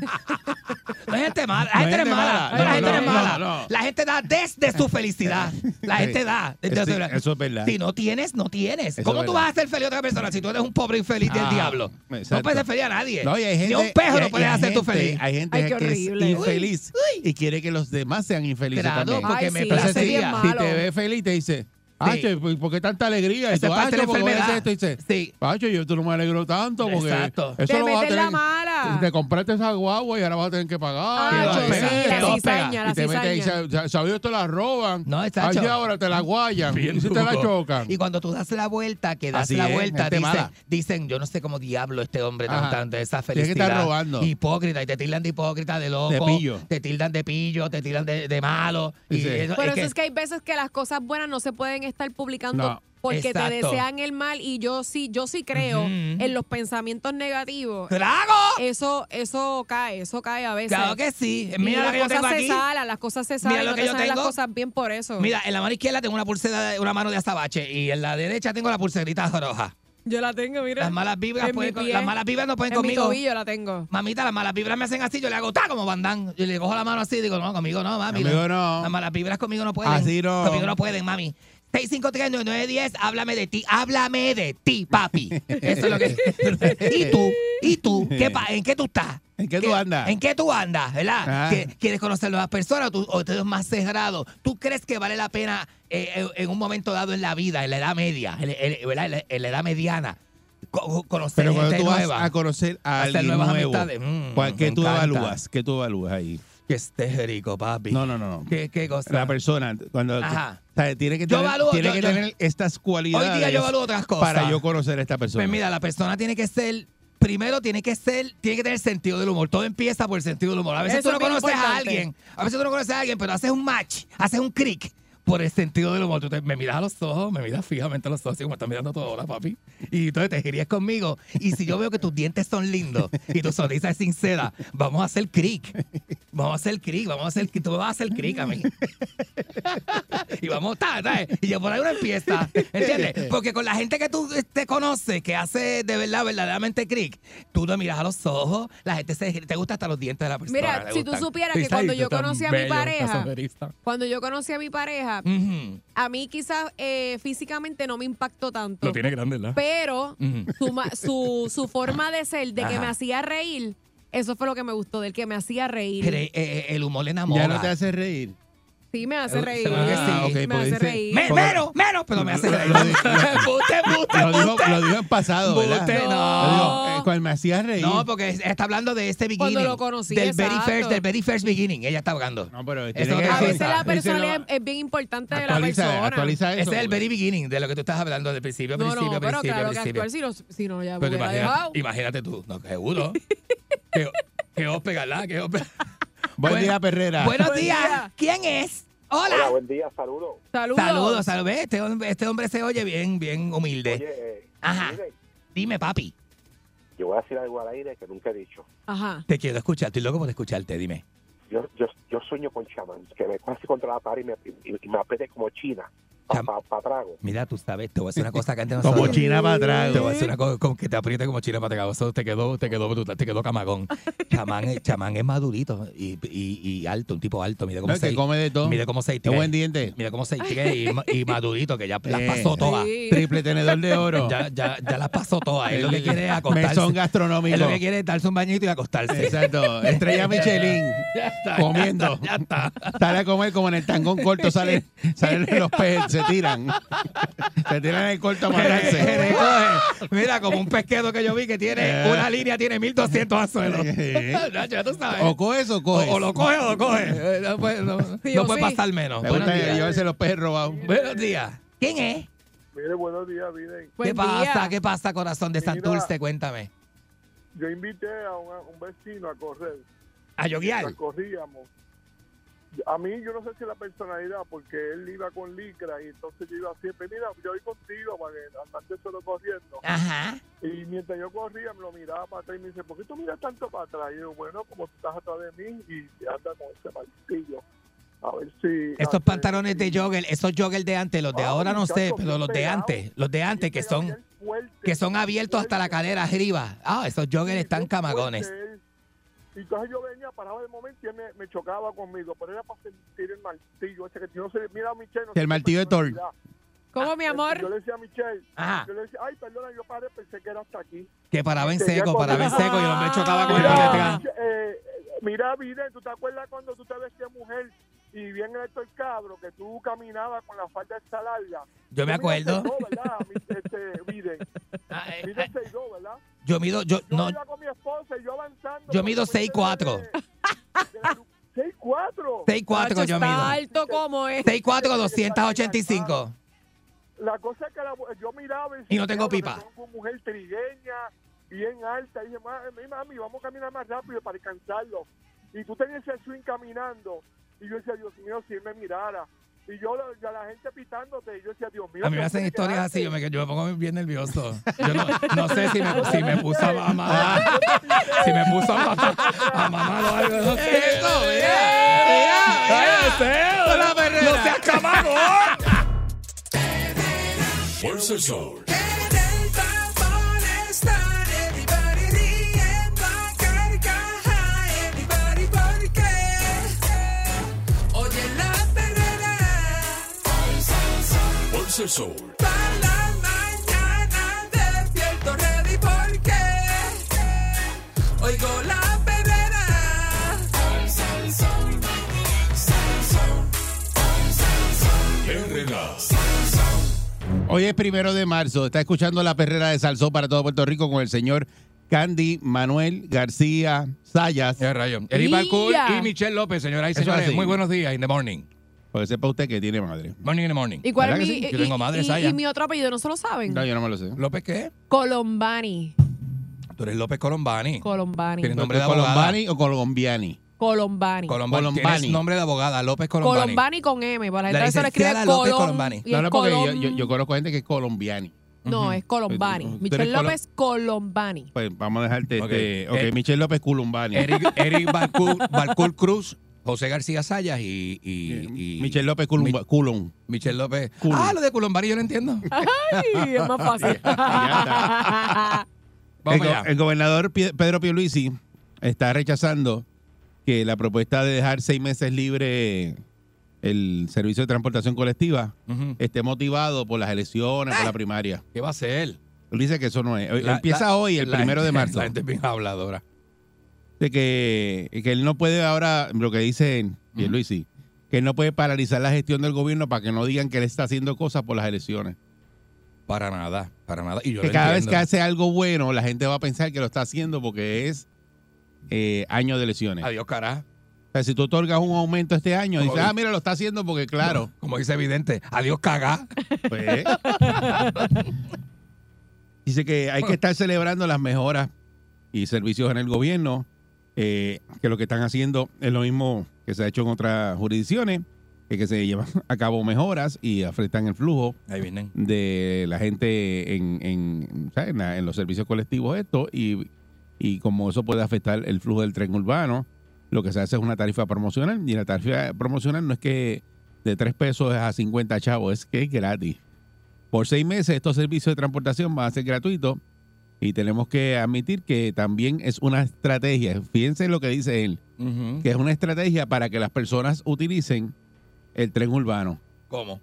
No hay gente mala. La gente no es mala. No, la
No,
gente no,
no,
es
no,
mala.
no.
La gente da desde su felicidad. La
Sí.
gente da desde
Eso-
su felicidad.
eso es verdad.
Si no tienes, no tienes.
Eso
¿Cómo
es
tú
verdad.
vas a ser feliz a otra persona si tú eres un pobre infeliz del
Ah,
diablo? No
exacto.
puedes ser feliz a nadie.
No, y hay gente,
Ni a un pejo
y
no
hay-
puedes
y hay
hacer tú
gente-
feliz.
Hay gente
Ay, qué
que es
horrible.
infeliz y quiere que los demás sean infelices
Claro,
también.
porque
Ay,
me
sí,
Entonces,
eso es
si,
parecería-
bien
si
malo.
te ve feliz, te dice, "Acho,
Sí.
¿y ¿por qué tanta alegría? Y
Esa
tú,
es parte de la
"Acho, ¿por qué voy a hacer
enfermedad".
esto? Y dice,
Sí.
"Acho, yo tú no me alegro tanto porque
Exacto.
eso
Te
lo vas a
meten la
tener-
mala.
Te compraste esa guagua y ahora vas a tener que pagar.
Acho,
Y vas a
sí,
pagar.
la
Te vas a
cizaña,
pegar.
la
y te meten y
cizaña.
sa- sa- sabido te la roban.
No, es Acho.
Allí ahora te la guayan.
Bien
y si te la
duro.
chocan.
Y cuando tú das la vuelta, que das
Así
la
es,
vuelta,
gente
dicen,
mala.
dicen, yo no sé cómo diablo este hombre tan,
Ajá.
tan de esa
Tiene que
felicidad.
estar robando.
Hipócrita, y te tildan de hipócrita, de loco.
De pillo.
Te tildan de pillo, te tildan de, de malo. Y
Sí.
eso,
Por
es
eso
que-
es que hay veces que las cosas buenas no se pueden estar publicando
No.
porque te
Exacto.
desean el mal y yo sí, yo sí creo
Ujú.
en los pensamientos negativos.
¡Trago!
Eso, eso cae, eso cae a veces.
Claro que sí.
Y
Mira lo
las
que yo tengo
cosas se
aquí.
salan, las cosas se
Mira
salan,
lo
no
que
te
yo
salen las
tengo.
cosas bien por eso.
Mira, en la mano izquierda tengo una pulsera, de- una mano de azabache y en la derecha tengo la pulserita roja.
yo la tengo, mira.
Las malas vibras,
En mi
pueden-
pie,
las malas vibras no pueden
en mi
conmigo.
tobillo la tengo.
Mamita, las malas vibras me hacen así, yo le hago ta como bandán. Yo le cojo la mano así y digo, no, conmigo no, mami.
Conmigo no.
Las malas vibras conmigo no pueden.
Así no.
Conmigo no pueden, mami. 653-9910, háblame de ti, háblame de ti, papi. Eso es lo que. ¿Y tú? ¿Y tú? ¿Qué pa- ¿En qué tú estás?
¿En qué tú andas?
¿En qué tú andas, verdad?
Ah.
¿Qui- ¿Quieres conocer nuevas personas o tú, o tú eres más cerrado? ¿Tú crees que vale la pena eh, en, en un momento dado en la vida, en la edad media, en, en- ¿verdad? En la- en la edad mediana, co- conocer
Pero cuando
gente
tú vas
nueva?
a conocer a
Hacer
alguien
nuevas
nuevo,
amistades. Mm,
¿cuál- ¿qué
me
tú
encanta.
evalúas? ¿Qué tú evalúas ahí?
Que estés rico, papi.
No, no, no. no.
¿Qué, qué cosa?
La persona, cuando
Ajá.
o sea, tiene que
Yo
tener,
evalúo-
tiene
yo-
que
yo-
tener estas cualidades
Hoy día yo evalúo otras cosas.
para yo conocer a esta persona.
Pues mira, la persona tiene que ser... Primero tiene que ser, tiene que tener sentido del humor. Todo empieza por el sentido del humor. A veces
Eso
tú no
es bien
conoces a
importante.
alguien, a veces tú no conoces a alguien, pero haces un match, haces un click por el sentido del humor. Tú te- me miras a los ojos, me miras fijamente a los ojos, así como me estás mirando toda hora, papi. Y entonces te girías conmigo. Y si yo veo que tus dientes son lindos y tu sonrisa es sincera, vamos a hacer click. Vamos a hacer click, vamos a hacer click. Tú me vas a hacer click a mí. y vamos, ta, ta, y yo por ahí uno empieza, ¿entiendes? Porque con la gente que tú eh, te conoces, que hace de verdad, verdaderamente crick, tú lo miras a los ojos, la gente se, te gusta hasta los dientes de la persona.
Mira,
le
si tú
gustan.
supieras que
Dice,
cuando
"Ay,
yo
tú tan
conocí a mi
bello,
pareja".
estás ojerista".
Cuando yo conocí a mi pareja,
Ujú.
a mí quizás eh, físicamente no me impactó tanto.
Lo tiene grande, ¿verdad?
Pero
Ujú.
su, ma- su, su forma de ser, de que
Ajá.
me hacía reír, eso fue lo que me gustó, del que me hacía reír.
Re- eh, eh, el humor enamora.
ya no te hace reír.
Sí, me hace
Eh,
reír.
seguro que sí.
Ah, ok,
me
pues
hace
dice-
reír.
Me- menos, menos, pero me hace
Lo-
reír.
lo dijo-
Embuste, embuste,
Lo dijo,
embuste.
lo dijo en pasado, ¿verdad?
Embuste,
Lo
no.
dijo, eh, cuando me hacías reír.
No, porque es- está hablando de este beginning.
Cuando lo conocí,
Del very
exacto.
first, del very first beginning. Ella está hablando.
No, pero
Es
tiene
otra
que
a
cosa.
veces la
Díselo-
personalidad es- es bien importante de la
actualiza,
persona.
actualiza eso.
Ese es el very beginning de lo que tú estás hablando del principio,
no,
principio,
no, pero
principio,
claro que
principio.
actual, si no, si no ya
Pero
hubiera
imagina-
dejado.
imagínate tú, no, seguro. que, que os pegará, que os pegará.
Buen
Bueno,
día, Perrera.
Buenos
Buen
días.
día.
¿Quién es? Hola.
Hola, buen día, saludos.
Saludos.
Saludos, saludos. Ve, Este hombre, este hombre se oye bien, bien humilde.
Oye, eh,
Ajá.
mire,
Dime, papi.
yo voy a decir algo al aire que nunca he dicho.
Ajá.
Te quiero escuchar. Estoy loco por escucharte. Dime.
Yo, yo, yo sueño con chamán, que me pase contra la pared y me, y- y me apriete como china, para
Cham-
trago.
Mira, tú sabes, te voy a hacer una cosa que antes no
Como
sabía.
China para
Te voy a
atrás.
hacer una cosa con que te apriete como chile para Eso te quedó, te quedó brutal, te quedó camagón. Chamán, es- chamán es madurito y, y- y alto, un tipo alto. Mira cómo
No,
se
que come de todo.
Mira cómo se
Qué buen diente.
Mira cómo se y, ma- y madurito, que ya las
Eh.
pasó todas.
Sí.
Triple tenedor de oro.
Ya, ya, ya las pasó todas. Él lo que quiere es acostarse.
Mesón
Él
gastronómico.
lo que quiere es darse un bañito y acostarse.
Exacto. Estrella Michelin.
Ya está,
Comiendo.
Ya está. ya está.
Sale a comer como en el tangón corto salen, salen los peces, se tiran. Se tiran en el corto a matarse.
Recoge. Mira, como un pesquero que yo vi que tiene
Eh.
una línea, tiene 1200 anzuelos.
Eh.
Ya, ya tú sabes.
O coges o coges.
O, o lo coge o lo coge. Eh, No puede, no-
Sí
no
o
puede
sí.
pasar menos.
Me
Buenos
gusta
días.
llevarse los peces robados.
Buenos días. ¿Quién es?
Mire, buenos días, miren.
Buen
¿Qué pasa?
día.
¿Qué pasa, corazón de
Mira.
Santurce? Cuéntame.
Yo invité a un, vecino a correr,
A yoguear.
corríamos. A mí yo no sé si la personalidad, porque él iba con licra y entonces yo iba siempre, mira, yo voy contigo para que andarte solo corriendo.
Ajá.
Y mientras yo corría, me lo miraba para atrás y me dice, ¿por qué tú miras tanto para atrás? Y yo, bueno, como tú estás atrás de mí y anda con ese martillo. A ver si...
Estos pantalones de jogger, esos jogger de antes, los de
Ah,
ahora no sé,
muchacho,
pero
bien
los de
pegado.
antes, los de antes que son,
fuerte.
que son abiertos hasta la cadera arriba. Ah, esos joggers están
son
camagones.
fuertes. Y entonces yo venía, paraba de momento y él me, me chocaba conmigo, pero era para sentir el martillo ese que yo no sé, mira Michelle. no
El
sé,
martillo de Thor.
personalidad.
¿Cómo, mi
Ah, eh, Yo
amor?
le decía a Michelle,
Ajá.
yo le decía, ay, perdona, yo paré, pensé que era hasta aquí.
Que paraba en
Tenía
seco, paraba en
como-
seco y el
Ah.
hombre chocaba con el
Mira,
atrás.
eh, mira, Virgen, ¿tú te acuerdas cuando tú te vestías mujer y bien esto el cabro, que tú caminabas con la falda esta larga?
Yo
Tú eh. mides
me acuerdo.
6'2", ¿verdad? Mi- Este, Virgen,
Ah, eh,
Virgen
ah,
6'2", ¿verdad?
Yo mido, yo,
Yo
no,
iba con mi esposa y yo avanzando.
Yo mido
Porque
6'4".
de- de- 6'4".
6'4
Tacho,
yo
está
mido.
alto como este. es.
6'4, 285.
La cosa es que la- yo miraba
Y no tengo
diablo,
pipa.
que tengo una mujer trigueña, bien alta. Y dije, mami, mami, vamos a caminar más rápido para alcanzarlo. Y tú tenías el swing caminando. Y yo decía, Dios mío, si él me mirara. Y yo, la- ya la gente pitándote. Y yo decía, Dios mío.
A mí me
¿qué fue
hacen
que
historias
haces?
así, yo me, yo me pongo bien nervioso. Yo no, no sé si me, si me puso a mamar, si me puso a mamar, a mamar o algo. No sé.
Eso, mira,
¡No seas camagón!
Fuerza el sol.
En el tapón están everybody riendo a carcaja, everybody porque oye la perrera
Fuerza el sol.
para la mañana despierto ready porque oigo la perrera
Herrera.
Hoy es primero de marzo. Está escuchando la perrera de Salsó para todo Puerto Rico con el señor Candy Manuel García Sayas.
Ya, rayo. Eric Balcour
Ya.
y Michelle López, señoras y
Eso
señores.
así.
Muy buenos días, in the morning.
Porque sepa usted que tiene madre.
Morning in the morning.
¿Y cuál es
¿Verdad
mi,
que sí?
Yo
y-
tengo madre,
y-
Saya.
y mi otro apellido? ¿No se lo saben?
No, yo no me lo sé.
¿López qué?
Colombani.
Tú eres López Colombani.
Colombani.
Tiene nombre de abogada.
¿Colombani o Colombiani?
Colombani.
Colombani.
Colombani.
Tienes nombre de abogada, López Colombani.
Colombani con M. Para
La
la gente se lo escribe
licenciada López
Colom-
Colombani.
y
No,
es
no, porque yo,
Colom-
yo- yo conozco gente que es colombiani.
No, es Colombani.
Tú- tú- tú
Michelle
eres colo-
López Colombani.
Pues vamos a dejarte
Ok.
este. Ok,
Eh,
Michelle López Columbani.
Eric, Eric Balcour, Balcour Cruz, José García Sayas y, y, y-
Michelle López Columba, Culum.
Michelle López.
Cruz.
Ah, lo de Colombani yo lo entiendo.
Ay, es más
Eh,
fácil.
ah,
Ya El,
Vamos
go-
allá.
el gobernador Pie- Pedro Pierluisi está rechazando que la propuesta de dejar seis meses libre el servicio de transportación colectiva
Ujú.
esté motivado por las elecciones, por la primaria.
Ah. ¿Qué va a hacer?
Él dice que eso no es. Hoy-
La-
Empieza
la-
hoy, el
la
primero de
gente-
marzo.
La gente es bien habladora.
de que, que él no puede ahora, lo que dice Pierluisi, que él no puede paralizar la gestión del gobierno para que no digan que él está haciendo cosas por las elecciones.
Para nada, para nada. Y yo
que
lo
cada vez
entiendo.
que hace algo bueno, la gente va a pensar que lo está haciendo porque es eh, año de elecciones.
Adiós, carajo.
O sea, si tú otorgas un aumento este año,
Como
dices,
vi-
ah, mira, lo está haciendo porque, claro,
Como dice Evidente, adiós, cagá.
pues, dice que hay que estar celebrando las mejoras y servicios en el gobierno, eh, que lo que están haciendo es lo mismo que se ha hecho en otras jurisdicciones, que, que se llevan a cabo mejoras y afectan el flujo
Ahí vienen.
de la gente en, en, ¿sabes? en la- en los servicios colectivos esto y, y como eso puede afectar el flujo del tren urbano, lo que se hace es una tarifa promocional y la tarifa promocional no es que de 3 pesos a 50 chavos, es que es gratis. Por seis meses estos servicios de transportación van a ser gratuitos y tenemos que admitir que también es una estrategia. Fíjense lo que dice él,
Ujú.
que es una estrategia para que las personas utilicen el tren urbano.
¿Cómo?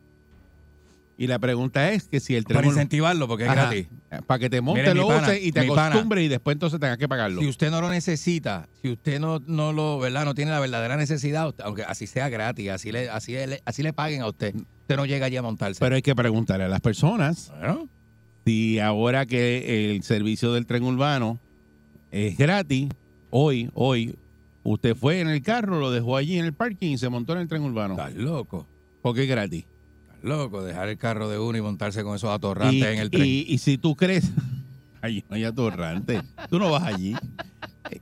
Y la pregunta es que si el tren
Para
urbano...
incentivarlo, porque es
Ajá.
gratis.
Para que te monte,
Mire, mi
lo
pana,
uses y te
mi pana.
acostumbres y después entonces tengas que pagarlo.
Si usted no lo necesita, si usted no, no lo, ¿verdad? No tiene la verdadera necesidad, usted- aunque así sea gratis, así le, así le, así le paguen a usted, usted no llega allí a montarse.
Pero hay que preguntarle a las personas
Bueno,
si ahora que el servicio del tren urbano es gratis, hoy, hoy, usted fue en el carro, lo dejó allí en el parking y se montó en el tren urbano.
estás loco,
Porque es gratis.
estás loco, dejar el carro de uno y montarse con esos atorrantes
y,
en el tren.
y- y si tú crees, allí no hay atorrante, tú no vas allí.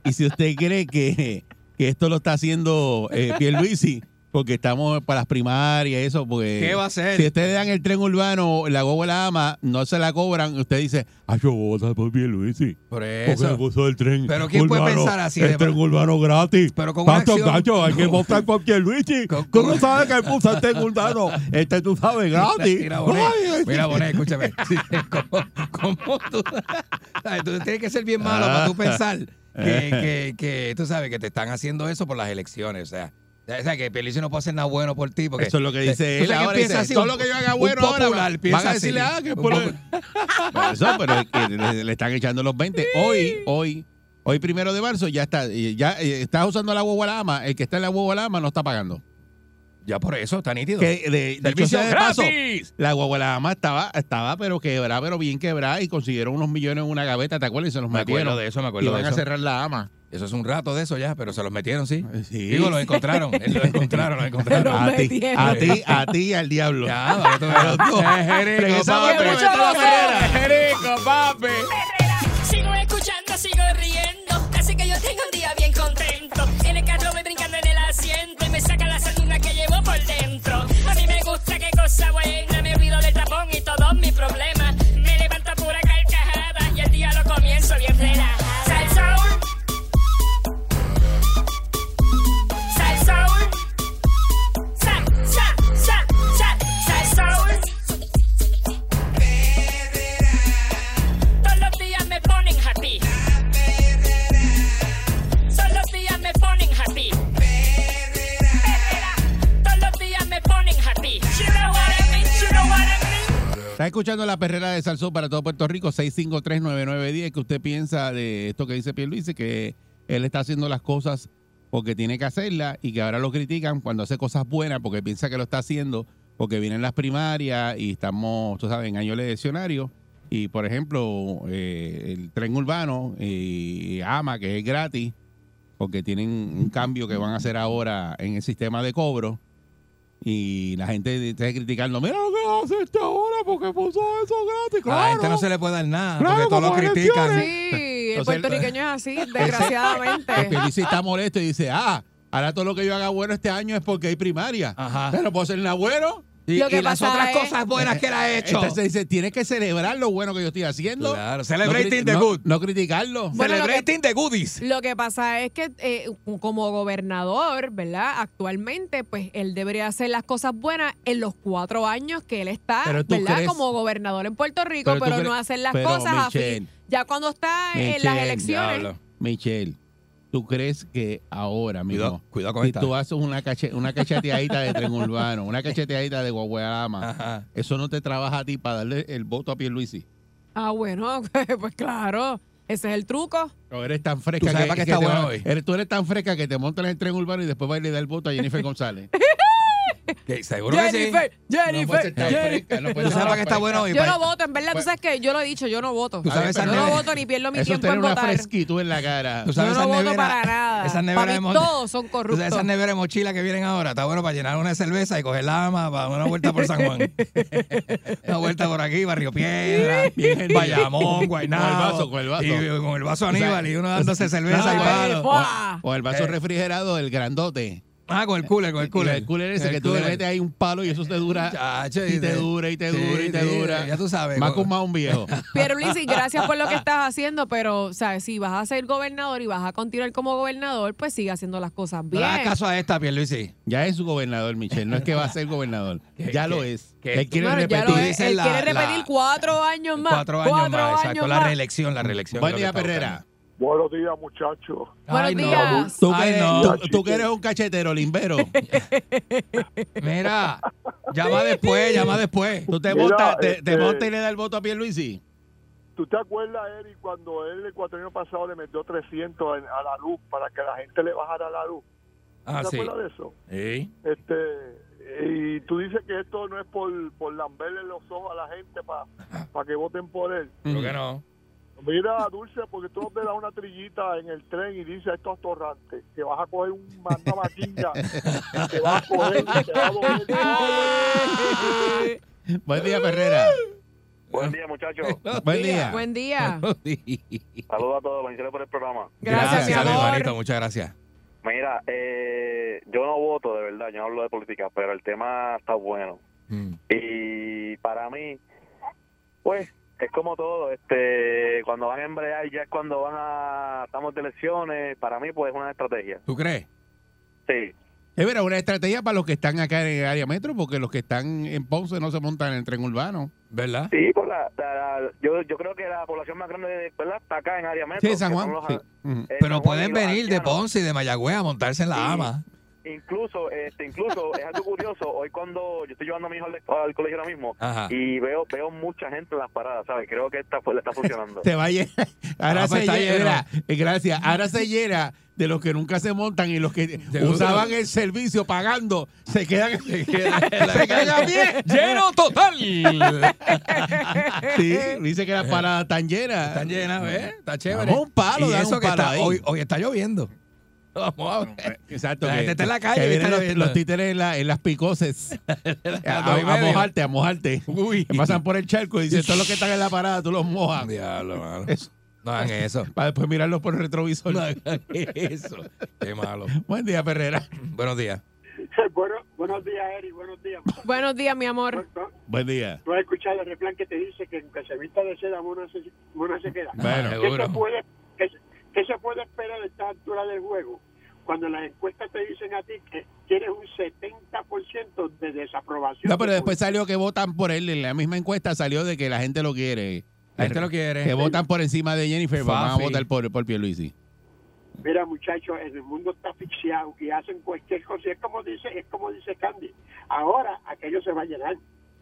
Y si usted cree que, que esto lo está haciendo eh, Pierluisi, porque estamos para las primarias y eso, pues, porque...
¿Qué va a hacer?
Eh, Si ustedes dan el tren urbano, la guagua la ama, no se la cobran, usted dice, ay, Ah, yo voto por Pierluisi.
Por
Porque
eso.
le puso el tren
Pero ¿quién puede pensar así de-
El tren urbano gratis.
Pero con una
Tacho,
acción-
tacho, hay que votar por Pierluisi.
Con-
Tú
con-
no sabes que él puso el tren urbano. Este tú sabes, gratis.
Mira, Bonet,
Ay,
mira, Bonet, escúchame. Sí, ¿Cómo, cómo tú, sabes, tú tienes que ser bien malo para
Ah.
tú pensar
Eh.
que, que, que tú sabes que te están haciendo eso por las elecciones? O sea, o sea que Pelicio no puede hacer nada bueno por ti. Porque
Eso es lo que
te-
dice
tú
él
sabes que
ahora,
empieza
dice,
así,
todo
un-
lo que yo haga
un
bueno ahora,
popular,
van
piensa
a decirle,
así.
ah, que
Un
por-
popu-
Por eso, pero es que le, le están echando los 20. Hoy, hoy, hoy primero de marzo, ya está, eh, ya eh, estás usando la guagua Lama, el que está en la guagua Lama no está pagando.
Ya por eso, está nítido.
Que de, dicho
Servicio
sea de paso,
gratis.
la guagua Lama estaba, estaba, pero quebrada, pero bien quebrada, y consiguieron unos millones en una gaveta, ¿te acuerdas? Y se los
Me acuerdo
metieron.
de eso, me
y
acuerdo de
van a
eso.
cerrar la ama.
Eso es un rato de eso ya, pero se los metieron, sí.
Sí.
Digo, los encontraron, los encontraron, los encontraron.
a ti,
metieron.
a ti, a ti y al diablo.
Ya, para que tú veas. Eh, Jerico,
Regresamos,
papi.
mucho voceo.
Jerico, papi.
Sigo escuchando, sigo riendo. Así que yo tengo un día bien contento. En el carro voy brincando en el asiento y me saca la sanduna que llevo por dentro. A mí me gusta qué cosa buena. Me olvido del tapón y todos mis problemas. Me levanto a pura carcajada y el día lo comienzo bien relajada. Sal Soul. Sal Soul. Sal, sal, sal, sal, sal Soul. Todos los días me ponen happy. Todos los días me ponen happy. Todos los días me ponen happy. You know what I mean, you know what I mean.
Está escuchando la perrera de Salsón para todo Puerto Rico, 6539910. ¿Qué usted piensa de esto que dice Pierluisi? Que él está haciendo las cosas porque tiene que hacerlas y que ahora lo critican cuando hace cosas buenas porque piensa que lo está haciendo porque vienen las primarias y estamos, tú sabes, en años eleccionarios. Y, por ejemplo, eh, el tren urbano eh, y AMA, que es gratis, porque tienen un cambio que van a hacer ahora en el sistema de cobro. Y la gente está criticando, mira lo que hace este ahora porque puso eso gratis.
A la
Claro.
gente no se le puede dar nada,
Claro,
porque todos lo
como
critican.
Sí, el
Entonces, eh,
puertorriqueño es así, desgraciadamente.
Porque dice, está molesto y dice, ah, ahora todo lo que yo haga bueno este año es porque hay primaria.
Ajá.
Pero puedo ser nada bueno.
Y,
Lo que
y las
pasa
otras
es-
cosas buenas que él ha hecho.
Entonces dice, tienes que celebrar lo bueno que yo estoy haciendo.
claro,
No
celebrating
cri-
the
no-
good.
No criticarlo.
Bueno, lo que-
celebrating the goodies.
Lo que pasa es que eh, como gobernador, ¿verdad? Actualmente, pues él debería hacer las cosas buenas en los cuatro años que él está,
Pero tú
¿verdad?
crees-
Como gobernador en Puerto Rico,
Pero tú
pero, no
crees-
hacer las
pero,
cosas a fin-
Michelle,
Ya cuando está en las
Michelle,
elecciones,
Diablo.
Michelle, ¿tú crees que ahora,
Cuidado,
mismo
cuidado con
si
esta.
tú haces una, cache- una cacheteadita de tren urbano, una cacheteadita de guaguayama,
Ajá.
eso no te trabaja a ti para darle el voto a Pierluisi?
ah, bueno, pues claro, ese es el truco.
No, eres tan fresca
Tú sabes
que,
para qué
que
está
te
bueno
va-
hoy.
eres- tú eres tan fresca que te montas en el tren urbano y después va a ir a dar el voto a Jennifer González.
Que seguro que sí.
Jennifer,
No
Jennifer,
puede ser tan
Jennifer.
fresca, no puede ser
¿Tú sabes
tan
para qué está
fresca.
bueno hoy?
Yo
Para-
no voto, en verdad, tú sabes que yo lo he dicho, yo no voto.
pues, Tú sabes
yo
esas
no
neveras-
voto ni pierdo mi
Eso es
tiempo
tener
en
una
votar.
fresquitud en la cara.
¿Tú
Yo
sabes
no
esas
voto
neveras-
para nada.
esas neveras
Para mí
de mon-
todos son
Tú sabes,
corruptos.
esas neveras de mochila que vienen ahora, está bueno para llenar una cerveza y coger la ama para una vuelta por San Juan. una vuelta por aquí, Barrio Piedra, Bayamón,
Con
Guaynabo.
el vaso, con el vaso.
Y con el vaso Aníbal y uno dándose
No,
cerveza y
con-
palo.
¡Fua!
O el vaso
Eh.
refrigerado del grandote.
Ah, con el cooler, con el
Y
cooler.
El cooler ese
El
que tú le
cooler.
metes ahí un palo y eso te dura.
Chacho,
y te dura, y te
sí,
dura, y te
sí,
dura.
Ya tú sabes.
Más
con-
con más un viejo.
Pierluisi, gracias por lo que estás haciendo, pero sabes, si vas a ser gobernador y vas a continuar como gobernador, pues sigue haciendo las cosas
No
bien.
le hagas caso a esta, Pierluisi.
Ya es su gobernador, Michelle. No es que va a ser gobernador. ya lo es.
que-
Él quiere
Bueno, ya
repetir.
lo
repetir.
es. Él
La-
quiere repetir
la-
cuatro años más.
Cuatro años más, exacto. La
más.
reelección, la reelección.
Buen
es lo
día,
que está
Perrera.
Buenos días, muchachos.
buscando. Ay,
Buenos
no.
días.
Tú,
Ay,
que,
no.
tú- tú que eres un cachetero, limbero.
Mira, llama después, llama después.
Tú te
Mira,
montas te, te
este-
montas y le das el voto a Pierluisi.
¿Tú te acuerdas, Eric, cuando él el cuatrienio pasado le metió 300 en- a la luz para que la gente le bajara la luz?
Ah,
¿Te
sí.
acuerdas de eso?
Sí.
Este, y tú dices que esto no es por, por lamberle los ojos a la gente para que voten por él.
Creo que no.
Mira, Dulce, porque tú te das una trillita en el tren y dices a estos torrantes que vas a coger un, una maquilla, que vas a coger, te va a doler todo.
Buen día, Perrera.
Buen día, muchachos.
Buen día.
Buen día.
Saludos a todos. Bendiciones por el programa.
Gracias, mi
Dale,
amor.
Juanito, muchas gracias.
Mira, eh, yo no voto, de
verdad, yo no hablo de política, pero el tema está bueno.
Mm.
Y para mí, pues, es como todo, este, cuando van a embrear ya es cuando van a, estamos de elecciones, para mí pues es una estrategia.
¿Tú crees?
Sí,
Es verdad, Eh, una estrategia para los que están acá en el área metro, porque los que están en Ponce no se montan en el tren urbano, ¿verdad?
sí, por la, la- la- yo, yo creo que la población más grande, de- ¿verdad? Está acá en área metro.
Sí, San
que
Juan.
son los-
sí. Ujú.
eh,
Pero
San Juan y
pueden
los
venir de
ancianos.
Ponce y de Mayagüez a montarse en la ama.
Incluso, este, incluso, es algo curioso, hoy cuando yo estoy llevando a mi hijo al, al colegio ahora mismo
Ajá.
y veo veo mucha gente en las paradas, ¿sabes? Creo que está, le está funcionando.
Te va a llenar. Ahora
Ah, pues
se
está lleno.
llena. eh, Gracias. Ahora se llena de los que nunca se montan y los que usaban el servicio pagando se quedan, se quedan, a pie.
¡Lleno total!
Sí, dice que las paradas están llenas.
Están llenas, ¿ves? Está chévere.
Vamos a un palo,
y
dale
eso
un
que
palo
está,
ahí.
hoy, hoy está lloviendo. Vamos a ver.
Exacto.
La
que-
gente está en la calle
que
y
vienen
está
los,
lloviendo.
los títeres en, la- en las picoses. a,
dos y
a
medio.
mojarte, a mojarte.
Uy.
Que Pasan por el charco y dicen, todos los que están en la parada, tú los mojas.
Diablo, mano.
Eso,
No hagan eso.
para después mirarlos por el retrovisor.
No hagan eso. Qué malo.
Buen día, Perrera.
Buenos días.
Bueno, buenos días, Eri, buenos días.
Buenos días, mi amor.
Buen día.
¿Tú has escuchado el refrán que te dice que aunque se vista de seda, mono se, mono se queda?
Bueno.
¿Qué se,
Seguro.
puede, qué se- qué se puede esperar a esta altura del juego? Cuando las encuestas te dicen a ti que tienes un 70% de desaprobación.
No, pero
del
después salió que votan por él. En la misma encuesta salió de que la gente lo quiere.
La gente lo
Que
quiere.
votan por encima de Jennifer, pero van a
Fafi.
votar por, por Pierluisi.
Mira, muchachos, en el mundo está asfixiado y hacen cualquier cosa. Es como dice, es como dice Candy. Ahora aquello se va a llenar.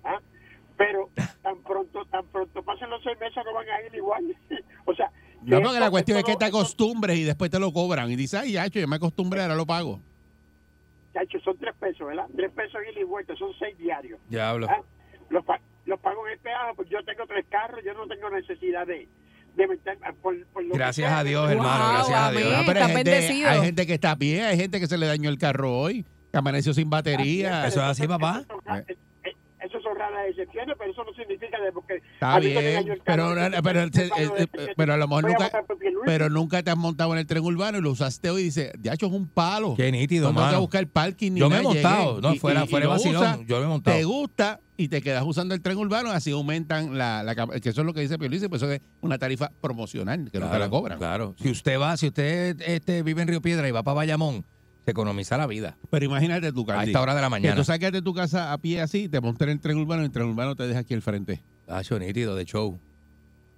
¿ah? Pero tan pronto, tan pronto pasen los seis meses no van a ir igual. o sea,
No,
que
porque
esto-
la cuestión es
esto
que te
no- esto-
acostumbres y después te lo cobran. Y dices, ay, hacho, yo me acostumbré, ahora lo pago.
muchachos, son tres pesos, ¿verdad? Tres pesos ida y vuelta, son seis diarios.
Diablo.
¿ah? Los, pa- los pago en el peaje, pues yo tengo tres carros, yo no tengo necesidad de, de meter- por- por lo que
Gracias
sea,
a Dios,
me-
hermano.
Wow,
Gracias a
amén.
Dios. Ah,
No, Ah, pero
estás
hay, gente,
bendecido.
hay gente que está a pie, hay gente que se le dañó el carro hoy, que amaneció sin batería.
Eso es así, papá.
Esos son ra- eh, eh, Esos son raras excepciones, pero eso no significa de porque.
Está bien, pero, pero, eh, eh, pero a lo mejor nunca, pero nunca te has montado en el tren urbano y lo usaste hoy y dices, ya es un palo.
Qué nítido,
no tengo que
mano.
buscar parking ni
Yo me he
nada,
montado.
llegué.
No,
Y-
fuera,
y- y
fuera de
lo
vacilón.
usas,
yo me he montado.
te gusta y te quedas usando el tren urbano, así aumentan la, la capa- que eso es lo que dice Piolice, pues eso es una tarifa promocional, que nunca la cobran.
Claro. Si usted va, si usted este, vive en Río Piedra y va para Bayamón, se economiza la vida.
Pero imagínate tu
A
Candy,
esta hora de la
Que
mañana.
tú salgas de tu casa a pie así, te montas en el tren urbano y el tren urbano te deja aquí al frente.
Hacho nítido, de show.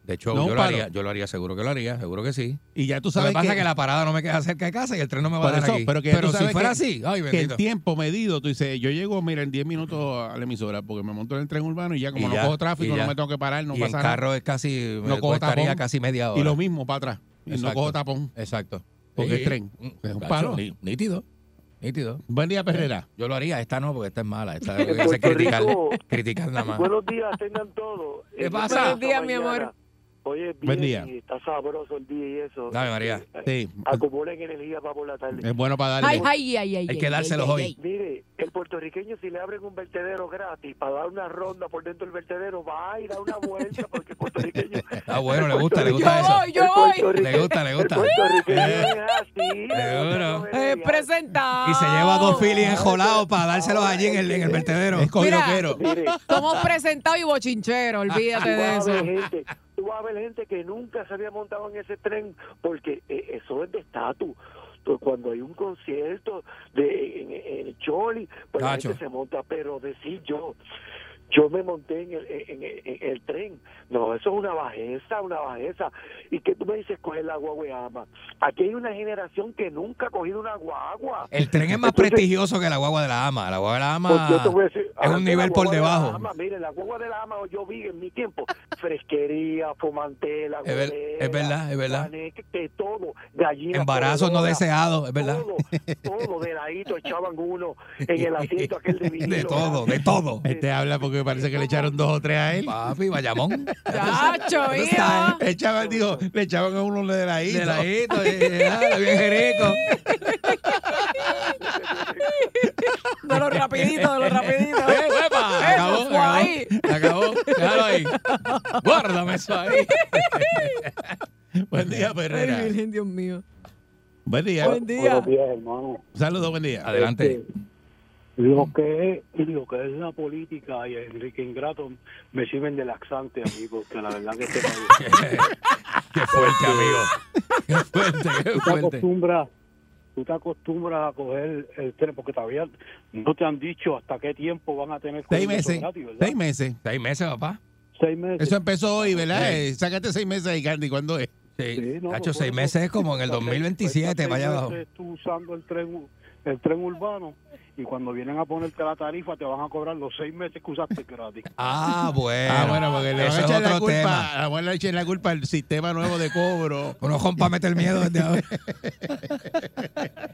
De show.
No,
yo, lo
paro.
haría, yo lo haría, seguro que lo haría, seguro que sí.
Y ya tú
Lo
sabes
que pasa es que la parada no me queda cerca de casa y el tren no me va a
Por
dar
eso,
aquí.
pero que ya tú
si
sabes
fuera
que-
así, ay,
que el
bendito.
tiempo medido, tú dices, yo llego, mira, en 10 minutos a la emisora porque me monto en el tren urbano y ya como
Y
no
ya,
cojo
y
tráfico,
ya.
no me tengo que parar, no
y en
pasa nada.
carro es casi,
No
me
cojo
costaría
tapón.
casi media hora.
Y lo mismo para atrás. Y no
Exacto.
cojo tapón.
Exacto.
Porque
Sí.
es tren. Es un
Hacho,
palo.
ni- Nítido, nítido.
Buen día, Perrera.
Yo lo haría, esta no, porque esta es mala. Esta
En
lo que hace es
Puerto
criticar,
Rico-
criticar nada más.
Buenos días, tengan todo.
¿Qué
Eh,
pasa?
Buenos días, mi
mañana.
amor.
Hoy es
Buen
bien
día.
y está sabroso el día y eso. este, eh,
Dale, María.
Sí.
Acumulen energía para por la tarde.
Es bueno para darle.
Ay, ay, ay, ay.
Hay que
ay,
dárselos
ay,
hoy.
ay.
Mire, el puertorriqueño si le abren un vertedero gratis para dar una ronda por dentro del vertedero, va a ir a dar una vuelta porque el puertorriqueño...
Está Ah, bueno, le gusta, le gusta
Yo
eso.
voy, yo
el
voy.
puertorriqueño-
Le gusta, le gusta. Eh.
El puertorriqueño es así.
Seguro.
Eh, presentado.
Y se lleva dos filis enjolados para dárselos allí en el, en el vertedero.
Es
Mira.
coyoquero.
Mire,
Somos presentados y bochinchero, olvídate
tú
de
vas, a ver
eso.
gente, tú vas a ver gente que nunca se había montado en ese tren porque eh, eso es de estatus. Tú, Cuando hay un concierto de, en, en el Choli, pues la
Nacho.
gente se monta, pero decir yo, yo me monté en el, en, en- en el tren. No, eso es una bajeza, una bajeza. ¿Y que tú me dices coger la guaguama? Aquí hay una generación que nunca ha cogido una guagua.
El tren es más
Entonces-
prestigioso que la guagua de la ama. La guagua de la
Pues yo te voy a
ama
decir,
es
antes
un
la
nivel por
guagua de la
debajo.
Ama, mire, la guagua de la ama yo vi en mi tiempo fresquería, fomantela,
Es ver- es verdad, es verdad.
de todo, gallina.
Embarazos no deseados,
deseados,
es verdad.
Todo, todo de ladito echaban uno en el asiento aquel de vinilo.
De todo, de todo.
Este habla porque parece que le echaron dos o tres a él.
Papi, Bayamón.
Chacho,
Tú
hijo.
sabes.
El chaval dijo, le echaban a uno de la
De
isla.
ladito, eh, ah, bien jerico.
De lo rapidito, de lo rapidito.
Eh, ¡Epa!
Eso
Acabó,
fue
acabó,
ahí.
acabó. Déjalo ahí. Guárdame eso ahí.
Buen día,
Ay,
Perrera.
Virgen, Dios mío.
Buen día.
Buen día.
días, hermano.
Saludos, buen día.
Adelante.
Este,
Lo que es, lo que es la política y Enrique Ingrato me sirven de laxante a mí, porque la verdad que este país-
Qué fuerte, amigo. Qué fuerte, qué
tú te
fuerte.
acostumbras tú te acostumbras a coger el tren porque todavía no te han dicho hasta qué tiempo van a tener
Seis
colegio
meses.
gratis, ¿verdad?
Seis meses.
Seis meses, papá.
Seis meses.
Eso empezó hoy, ¿verdad?
Sí.
Eh, Sácate seis meses ahí, Candy. ¿Cuándo es?
Sí.
no, pues,
Hacho,
por
seis
eso.
meses es como en el
Hasta seis-
2027,
hasta
vaya
seis
abajo.
meses tú usando el tren el tren urbano y cuando vienen a ponerte la tarifa te van a cobrar los seis meses que usaste gratis
Ah, bueno.
Ah, bueno, porque le van
Eso
a
es
echar la
otro
culpa,
tema.
a la abuela le echen la culpa al sistema nuevo de cobro.
Uno rompa meter miedo desde ahora.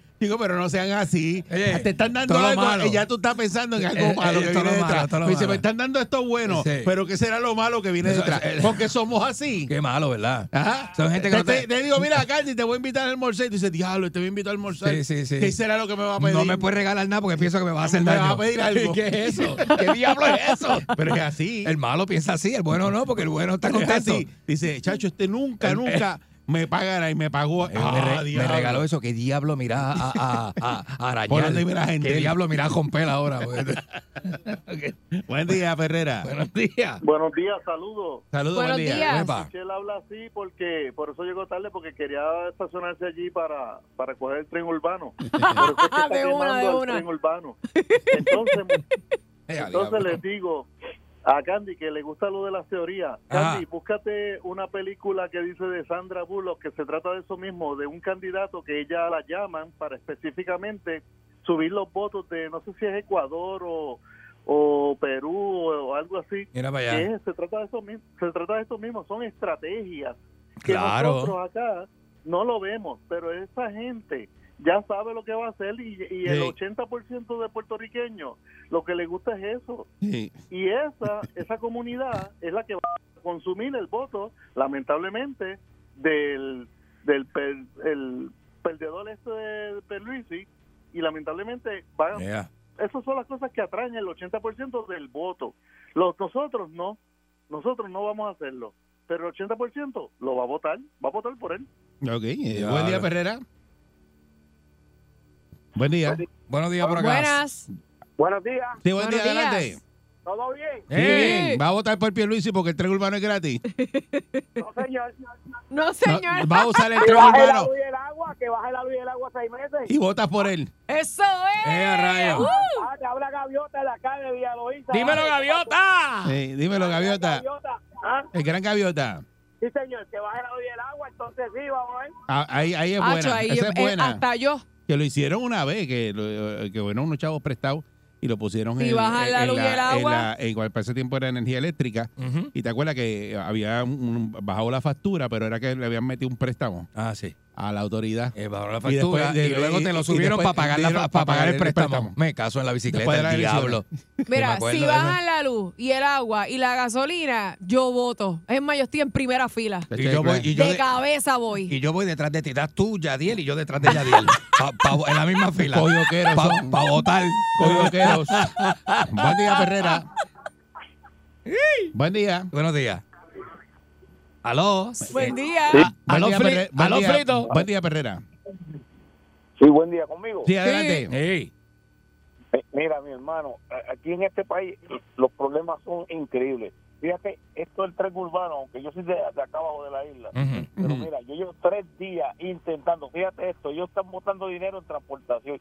Digo, pero no sean así.
Oye,
Ah, te están dando
todo lo
algo
malo.
y ya tú estás pensando en
Eh,
algo
eh,
malo que viene
todo lo malo,
detrás.
todo lo
Me dice,
malo.
me están dando esto bueno,
Sí.
pero ¿qué será lo malo que viene
Eso-
detrás?
eh,
Porque somos así.
Qué malo, ¿verdad?
Ajá. Este,
Son gente que
te,
no te-
te- te digo, mira, Candy, te voy a invitar al almorzar. Y tú dices, diablo, te voy a invitar al almorzar.
Sí, sí, sí.
¿Qué este será lo que me va a pedir?
No me puedes regalar nada porque pienso que me vas a hacer
Me
daño.
va a pedir algo.
¿Qué es eso? ¿Qué diablo es eso?
Pero es así.
El malo piensa así, el bueno no, porque el bueno está
Pero es
contento.
así. Dice, chacho, este nunca,
El-
nunca me pagará y me pagó.
Eh, me, re-
Ah,
me
diablo.
regaló eso, que diablo mira a, a, a, a arañar.
Por donde mira la gente.
Que diablo mira a romper ahora. porque-
Buen día, Ferrera.
Buenos días.
Buenos días, saludos.
Saludos,
Buenos
buen día.
días.
Epa.
él habla así porque por eso llegó tarde porque quería estacionarse allí para, para coger el tren urbano. Por eso es que está
De una,
quemando
de
el
una.
tren urbano. Entonces,
Eh, a
entonces
diablo.
les digo a Candy que le gusta lo de las teorías. Candy,
Ajá.
búscate una película que dice de Sandra Bullock que se trata de eso mismo, de un candidato que ella la llaman para específicamente subir los votos de no sé si es Ecuador o, o Perú o, o algo así.
Mira para
Que
allá.
es- se trata de eso mismo, se trata de esto mismo, son estrategias que
Claro.
nosotros acá no lo vemos, pero esa gente ya sabe lo que va a hacer y, y el
Sí.
80% de puertorriqueños lo que le gusta es eso
Sí.
y esa esa comunidad es la que va a consumir el voto lamentablemente del del per- el perdedor este de Perluisi y lamentablemente van
Mira.
esas son las cosas que atraen el 80% del voto. Los, nosotros no, nosotros no vamos a hacerlo, pero el 80% lo va a votar, va a votar por él.
Ok, eh,
Ya,
buen día,
ahora.
Ferrera. Buen día.
Buenos días por acá.
Buenas.
Buenos días,
Sí, buen
Buenos
día,
días.
adelante.
¿todo bien?
Sí, bien. Va a votar por Pierluisi porque el tren urbano es gratis.
No, señor.
No,
No,
señor.
va a usar el
Que
tren
baje la
urbano
luz y el agua, que baje la luz y el agua seis meses.
y votas por él.
Eso es. Uh.
Eh, a rayo.
Ah, te habla Gaviota de la calle Ah, de Villalobisa.
¡Dímelo,
Vale,
Ah.
gaviota!
Sí, dímelo, Gaviota.
Gaviota. Ah,
El gran Gaviota.
Sí, señor, que baje la luz y el agua, entonces sí, vamos a ver.
Ah, Ahí, ahí es buena.
Acho, ahí,
Esa
eh,
es buena.
hasta yo.
Que lo hicieron una vez, que, lo- eh, que bueno, unos chavos prestados y lo pusieron
Sí,
en,
bajan
en-
la
en
luz y el agua.
en la- en- cuando para ese tiempo era energía eléctrica.
Ujú.
Y te acuerdas que había un- un- bajado la factura, pero era que le habían metido un préstamo
Ah, sí.
a la autoridad.
Eh, bajó la
Y después-
factura
de-
y, luego
y-
te
y
lo subieron
después
para pagar, la,
dieron-
pa-
para
para pagar el
pagar el
préstamo.
préstamo.
Me caso en la
Después de
bicicleta,
las
el diablo. me
Mira,
acuerdo
si
de
bajan la luz y el agua y la gasolina, yo voto. Es más, yo estoy en primera fila.
Y yo voy, y yo
de,
de-
cabeza voy.
y yo voy detrás de ti. Estás tú, Yadiel, y yo detrás de Yadiel. Pa- pa- en la misma fila.
Coyoqueros
Para
son.
votar.
Coyoqueros. Buen día, Ferrera. Buen día.
Buenos días. Aló.
Buen día.
Aló,
Ah, día,
Fri-
Ferre- buen
aló,
día-
Frito.
Buen día, Perrera.
Sí, buen día conmigo.
Sí, adelante.
Ey,
Eh, Mira, mi hermano, a- aquí en este país los problemas son increíbles. Fíjate, esto del tren urbano, aunque yo soy de, de acá abajo de la isla,
ujú.
pero
Ujú.
mira, yo llevo tres días intentando, fíjate esto, ellos están botando dinero en transportación.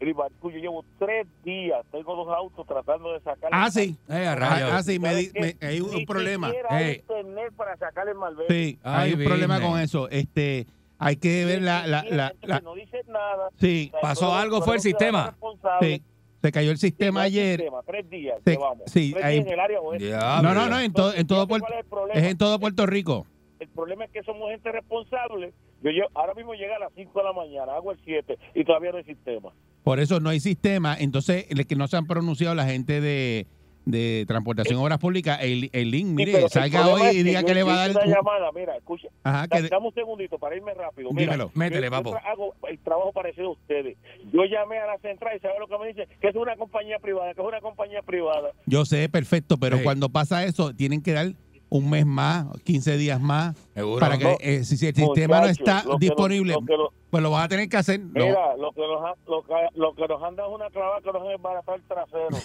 El Ibarcu, yo llevo tres días, tengo dos autos tratando de sacar.
Ah, sí.
Ey, Eh, a rayos.
Ah, ah, sí, me di-
¿Sabes
me-
qué?
hay un,
Ni
un problema.
siquiera
Ey.
hay internet para sacar el malvete.
Sí, hay
Ay,
un problema
business.
con eso. Este, hay que ver la, la, la, la-
No dicen nada.
sí,
Pasó algo, fue el sistema.
sí. Se cayó el sistema ayer.
tres días
Sí,
llevamos.
sí,
Tres
ahí-
días en el área oeste.
Diablo.
No, no, no, en todo, en todo
Entonces,
Puerto,
¿cuál es el problema?
es en todo Puerto Rico.
El problema es que somos gente responsable. Yo, llevo- ahora mismo llega a las 5 de la mañana, hago el 7 y todavía no hay sistema.
Por eso no hay sistema. Entonces, el que no se han pronunciado la gente de, de Transportación y Obras Públicas, el, el link,
Eh. Sí, pero
mire,
el
salga
problema
hoy
es
y diga
yo-
que le
yo
va a
hice
dar.
Una llamada, mira, escucha.
Ajá,
Da-
que de-
Dame un segundito para irme rápido. Mira,
Dímelo.
Métele,
yo-
papo.
Yo hago el trabajo parecido a ustedes. Yo llamé a la central y ¿sabes lo que me dicen? Que es una compañía privada, que es una compañía privada.
yo sé, perfecto, pero
Sí.
cuando pasa eso, tienen que dar un mes más, 15 días más,
Seguro.
para que
No.
eh, si, si el sistema no
Muchachos,
está
lo que no-
disponible,
lo que no-
Pues lo vas a tener que hacer. No.
Mira, lo que, nos, ha- lo, que, lo que nos han dado es una clava que nos han embarazado el trasero.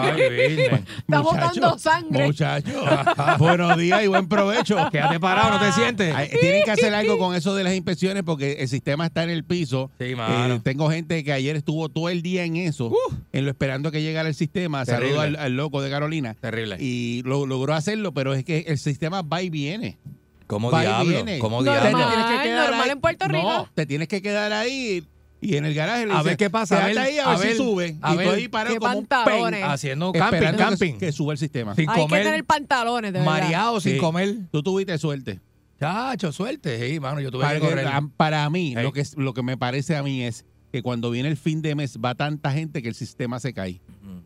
Ay, Virgen.
Está botando sangre.
Muchacho, buenos días y buen provecho.
Quédate parado,
Ah.
no te sientes.
Ay, Tienen que hacer algo con eso de las inspecciones porque el sistema está en el piso.
mano. Uh.
Eh, tengo gente que ayer estuvo todo el día en eso, en lo esperando que llegara el sistema.
Terrible.
Saludo al, al loco de Carolina.
Terrible.
Y lo logró hacerlo, pero es que el sistema va y viene.
¿Cómo
Va y
diablo?
viene.
¿Cómo
O sea, te
diablo?
tienes que
Normal,
quedar
normal
ahí.
en Puerto Rico.
No, te tienes que quedar ahí y en el garaje. le
A
dices,
ver qué pasa, a
"Quédate
ver,
ahí, a,
a
ver,
ver,
si suben.
a
y
ver.
estoy ahí parado
Qué
como un
pantalones.
pen,
Haciendo camping,
esperando que-
camping.
Que, suba el sistema.
Sin
Hay que
comer.
tener pantalones, de verdad.
Mareado sin
Sí.
comer.
Tú tuviste suerte.
Chacho, suerte. Sí, mano, yo tuve
Para,
que
que-
correr.
a- para mí, lo, que, es- lo que me parece a mí es que cuando viene el fin de mes va tanta gente que el sistema se cae.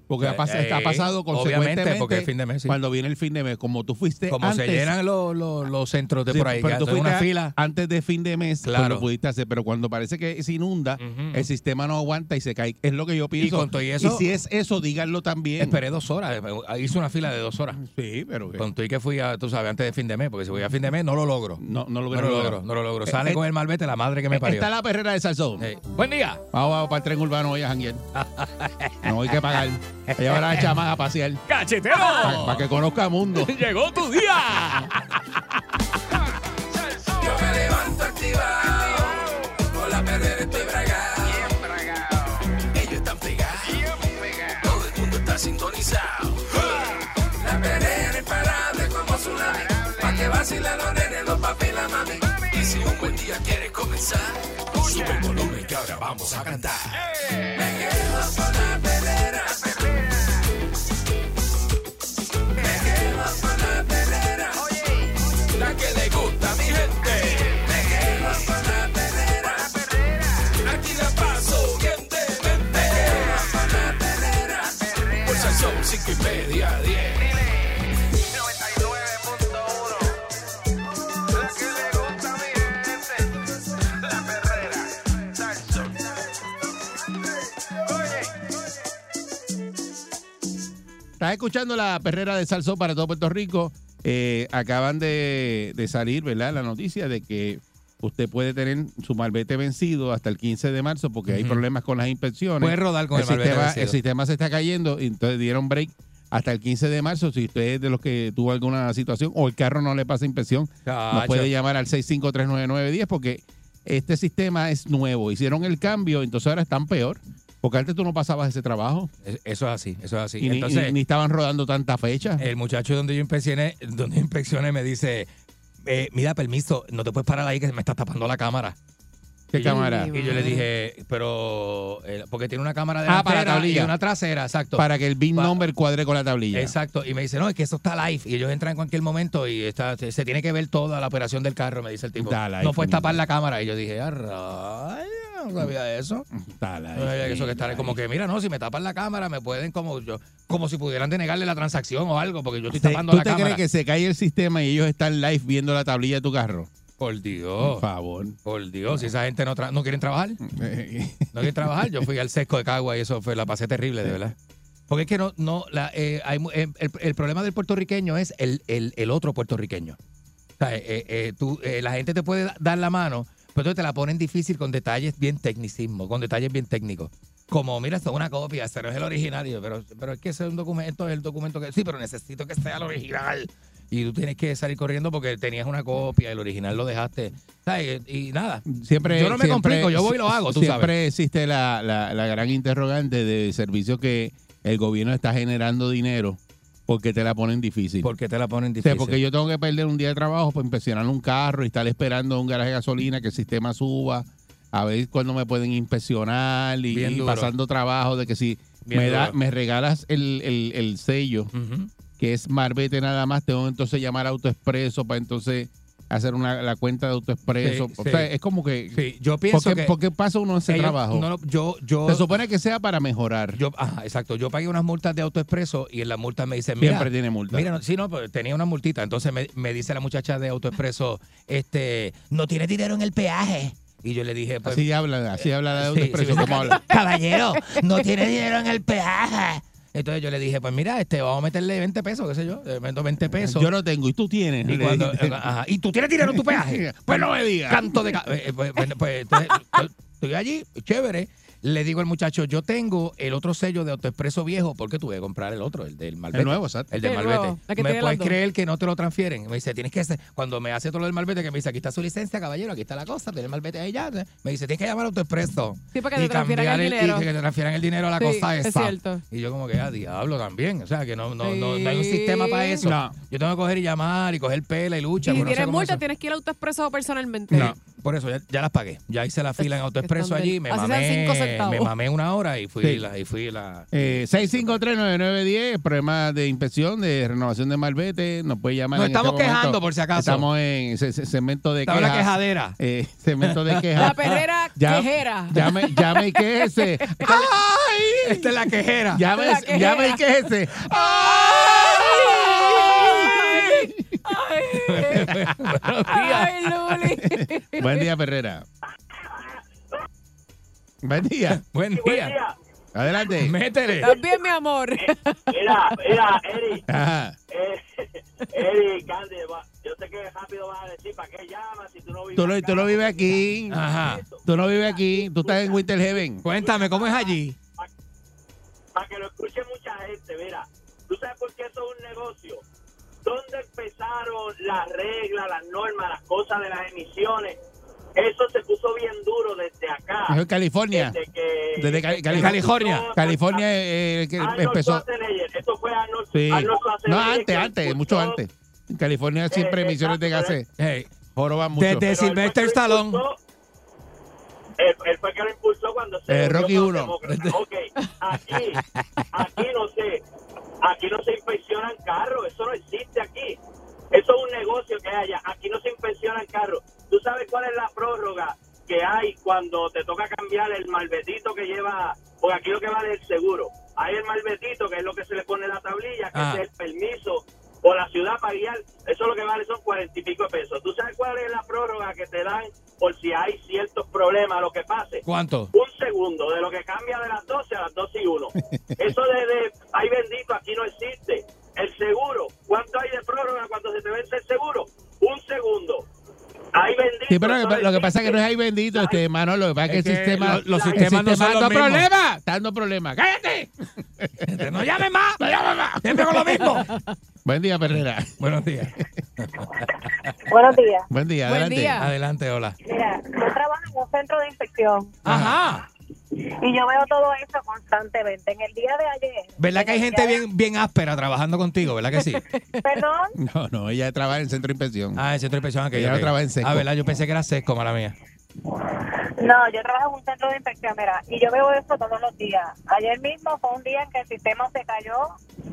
Porque ha, pas-
Eh,
ha pasado consecuentemente.
Obviamente, porque el fin de mes. sí.
Cuando viene el fin de mes, como tú fuiste
Como
antes,
se llenan los, los, los centros de
sí,
por ahí,
pero
ya,
tú
son una
fuiste
fila.
antes de fin de mes, pues
Claro.
lo pudiste hacer, pero cuando parece que se inunda,
Ujú.
el sistema no aguanta y se cae. Es lo que yo pienso.
con todo y eso-
si es eso, díganlo también.
Esperé dos horas, eh, hice una fila de dos horas.
Sí, pero que-
Con tu y que fui, a, tú sabes, antes de fin de mes, porque si voy a fin de mes no lo logro.
no, no lo
No
hubiera
lo
logrado.
logro, no lo logro.
Eh,
Sale
eh,
con el malvete la madre que me parió. Eh, pues
Está la perrera de Salsón.
Sí. Buen día.
Vamos, vamos para el tren urbano hoy a janguear. No hay que pagar. Allá van a la chamaca a pasear. Para
¡Cachetero!
que conozca mundo.
¡Llegó tu día!
Yo me levanto activado. Con la perrera estoy bragado. Ellos están pegados. Todo el mundo está sintonizado. La perrera imparable como tsunami. Pa' que vacilan los nenes, los papi y la mami. Y si un buen día quieres comenzar, sube el volumen que ahora vamos a cantar. Me quedo con la perrera. Me quedo con la perrera. La que le gusta a mi gente. Me quedo con la perrera. Aquí la paso bien de mente. Me quedo con la perrera. Pues al son cinco y media, diez.
La que le gusta a mi gente, la perrera, salsa. Oye.
Estás escuchando la perrera de Salsón para todo Puerto Rico. Eh, acaban de, de salir, ¿verdad? La noticia de que usted puede tener su malvete vencido hasta el 15 de marzo porque hay
Ujú.
problemas con las inspecciones.
Puedes rodar con el, malvete
sistema,
vencido.
el sistema se está cayendo y entonces dieron break hasta el 15 de marzo. Si usted es de los que tuvo alguna situación o el carro no le pasa inspección, nos
Chacho.
puede llamar al 6539910 porque este sistema es nuevo. Hicieron el cambio, entonces ahora están peor. Porque antes tú no pasabas ese trabajo
Es- Eso es así, eso es así.
y, ni,
Entonces, Eh,
ni- ni estaban rodando tanta fecha.
el muchacho donde yo inspeccioné, donde inspeccioné me dice, eh, mira, permiso, no te puedes parar ahí que me estás tapando la cámara.
¿Qué
Y-
cámara?
Y yo le dije, pero, eh, porque tiene una cámara delantera
Ah, para la tablilla.
y una trasera, exacto.
Para que el BIN
Pa-
number cuadre con la tablilla.
Exacto, y me dice, no, es que eso está live. Y ellos entran en cualquier momento y está, se se tiene que ver toda la operación del carro, me dice el tipo.
Está live,
no fue
mira.
tapar la cámara. Y yo dije, ah, rayos, no sabía eso.
Está la-
No sabía eso que estaré como que, mira, no, si me tapan la cámara, me pueden como yo, como si pudieran denegarle la transacción o algo, porque yo estoy
Se-
tapando
¿Tú
la
te
cámara.
crees que se cae el sistema y ellos están live viendo la tablilla de tu carro?
Por
Por
Dios,
favor.
por Dios, si esa gente no, tra- no quieren trabajar, no quieren trabajar. Yo fui al sesco de Cagua y eso fue, la pasé terrible, de verdad. Porque es que no, no, la, eh, hay mu- eh, el, el problema del puertorriqueño es el, el- el otro puertorriqueño. O sea, eh, eh, eh, tú, eh, la gente te puede da- dar la mano, pero entonces te la ponen difícil con detalles bien tecnicismo, con detalles bien técnicos. Como, mira, esto es una copia, esto no es el original. Y yo, pero, pero es que ese es un documento, es el documento que. Sí, pero necesito que sea el original. Y tú tienes que salir corriendo porque tenías una copia, el original lo dejaste. O sea, y- Y, nada.
Siempre,
Yo no me
siempre-
complico, yo voy y lo hago, tú
Siempre
sabes.
existe la, la- la gran interrogante de servicios que el gobierno está generando dinero porque te la ponen difícil.
¿Por qué te la ponen
O sea,
difícil?
porque yo tengo que perder un día de trabajo para inspeccionar un carro y estar esperando un garaje de gasolina que el sistema suba, a ver cuándo me pueden inspeccionar y,
Bien
y
duro.
pasando trabajo de que si
Bien
me, da-
duro. Mm.
me regalas el, el- el sello
Ujú.
que es Marbete nada más, tengo que entonces llamar a Autoexpreso para entonces hacer una, la cuenta de Autoexpreso.
Sí,
o
sí.
sea, es como que...
Sí, yo
¿por,
pienso
qué,
que.
por qué pasa uno ese
ellos-
trabajo?
no, no, yo, yo,
Se supone que sea para mejorar.
yo- ajá, exacto. Yo pagué unas multas de autoexpreso y en las multas me dicen, mira,
Siempre tiene multa.
Mira, no, sí, no, pero tenía una multita. Entonces me, me dice la muchacha de Autoexpreso, este, no tiene dinero en el peaje. Y yo le dije, pues,
así habla, así habla de
sí,
Autoexpreso.
sí,
¿cómo habla?
caballero, no tiene dinero en el peaje. Entonces yo le dije, pues mira, este, vamos a meterle 20 pesos, qué sé yo, le meto 20 pesos.
Yo no tengo, y tú tienes.
Y,
Le
cuando- eh,
dije.
ajá, ¿y tú tienes dinero en tu peaje.
Pues no me digas.
Canto de. ca- eh, eh, pues, bueno, pues, entonces, yo estoy allí, chévere. Le digo al muchacho, yo tengo el otro sello de autoexpreso viejo porque tuve que comprar el otro, el del Malvete.
El nuevo, exacto.
El del
El
Malvete.
nuevo, el que
¿Me
tiene
puedes
las dos.
creer que no te lo transfieren? Me dice, tienes que hacer. Cuando me hace todo lo del Malvete, que me dice, aquí está su licencia, caballero, aquí está la cosa, tiene el Malvete ahí ya. Me dice, tienes que llamar a autoexpreso.
Sí, para que te transfieran
cambiar
el dinero.
Y que te transfieran el dinero a la
Sí,
cosa
es
esa.
cierto.
Y yo como que, ah, diablo también. O sea, que no, no, no, no hay un
Sí.
sistema para eso.
No.
Yo tengo que coger y llamar y coger pela y lucha.
Y si
pero no sé
tienes
cómo
multa,
eso-
tienes que ir a autoexpreso personalmente.
No, por eso ya, ya las pagué. Ya hice la fila en autoexpreso
están del-
allí. Me
Así sean cinco
mamé,
centavos.
me mamé una hora y fui
Sí.
la... Y fui la
Eh, 6539910, problemas de inspección, de renovación de malvete, nos puede llamar.
Nos
en este
estamos
momento.
quejando, por si acaso.
Estamos en se- se- segmento de
Estamos en la
quejas.
quejadera.
Eh, segmento de quejas.
La perrera quejera.
Llame, llame y quejese. ¡Ay!
Esta es la quejera.
Llame,
La quejera.
llame y quejese.
¡Ay! ¡Ay! ¡Ay, Luli!
Buen día, Perrera. Buen día.
Buen
día. Adelante.
Métele.
¿Estás bien, mi amor?
Mira, mira, Eric,
Ajá.
Eric, Andy, Eh, va- yo sé que rápido vas a decir, ¿para qué llamas si tú no vives
Tú no, tú no vives aquí.
Ajá.
Tú no vives aquí. Tú estás en Winter Heaven.
Cuéntame, ¿cómo es allí?
para que lo escuche mucha gente, mira. ¿Tú sabes por qué eso es un negocio? ¿Dónde empezaron las reglas, las normas, las cosas de las emisiones? Eso se puso bien duro desde acá.
Eso es California.
Desde que...
Desde Cali- Cali-
California.
California eh, que
Arnold
empezó.
Schwarzenegger, Esto fue Arnold,
Sí.
Arnold
No,
Schwarzenegger que
antes, antes,
impulsó-
mucho antes. En California siempre
Eh,
emisiones de
exacto,
gases joroban mucho.
Desde Sylvester Stallone.
Él, él fue que lo impulsó cuando se
Eh,
unió
Rocky
con los
uno.
demócratas. Ok, aquí, aquí no se, aquí no se inspeccionan carros, eso no existe aquí. Eso es un negocio que hay allá. Aquí no se inspeccionan carros. ¿Tú sabes cuál es la prórroga que hay cuando te toca cambiar el malvetito que lleva? Porque aquí lo que vale es el seguro. Hay el malvetito, que es lo que se le pone en la tablilla, que
Ah.
es el permiso o la ciudad para guiar. Eso lo que vale son cuarenta y pico de pesos. ¿Tú sabes cuál es la prórroga que te dan por si hay ciertos problemas, lo que pase?
¿Cuánto?
un segundo de lo que cambia de las 12 a las 12 y 1. Eso de, de ay bendito, aquí no existe. El seguro, ¿cuánto hay de prórroga cuando se te vence el seguro? Un segundo. Ay bendito.
Sí, pero lo
eso
que- lo que
existe.
pasa es que no es ahí bendito, este, Manolo. Lo que pasa es que
Es
el
que
sistema.
lo- los
el
sistemas no son
sistema
los
dando
mismos.
problemas. Está dando problemas. ¡Cállate!
¡No llames más! ¡No llames más! ¡Siempre con lo mismo!
Buen día, Perrera.
Buenos días.
Buenos días.
Buen día,
Buen
adelante.
día.
Adelante, hola.
Mira, yo trabajo en un centro de inspección
Ajá.
y yo veo todo eso constantemente. En el día de ayer.
¿Verdad que hay
en el
gente
día
bien, bien áspera trabajando contigo? ¿Verdad que sí?
de- Perdón.
No, no, ella trabaja en el centro de inspección.
Ah, el centro de inspección. aquello,
Ella no
ok.
trabaja en seco.
Ah, ¿verdad? Yo pensé que era seco, mala mía.
No, yo trabajo en un centro de inspección, mira, y yo veo eso todos los días. Ayer mismo fue un día en que el sistema se cayó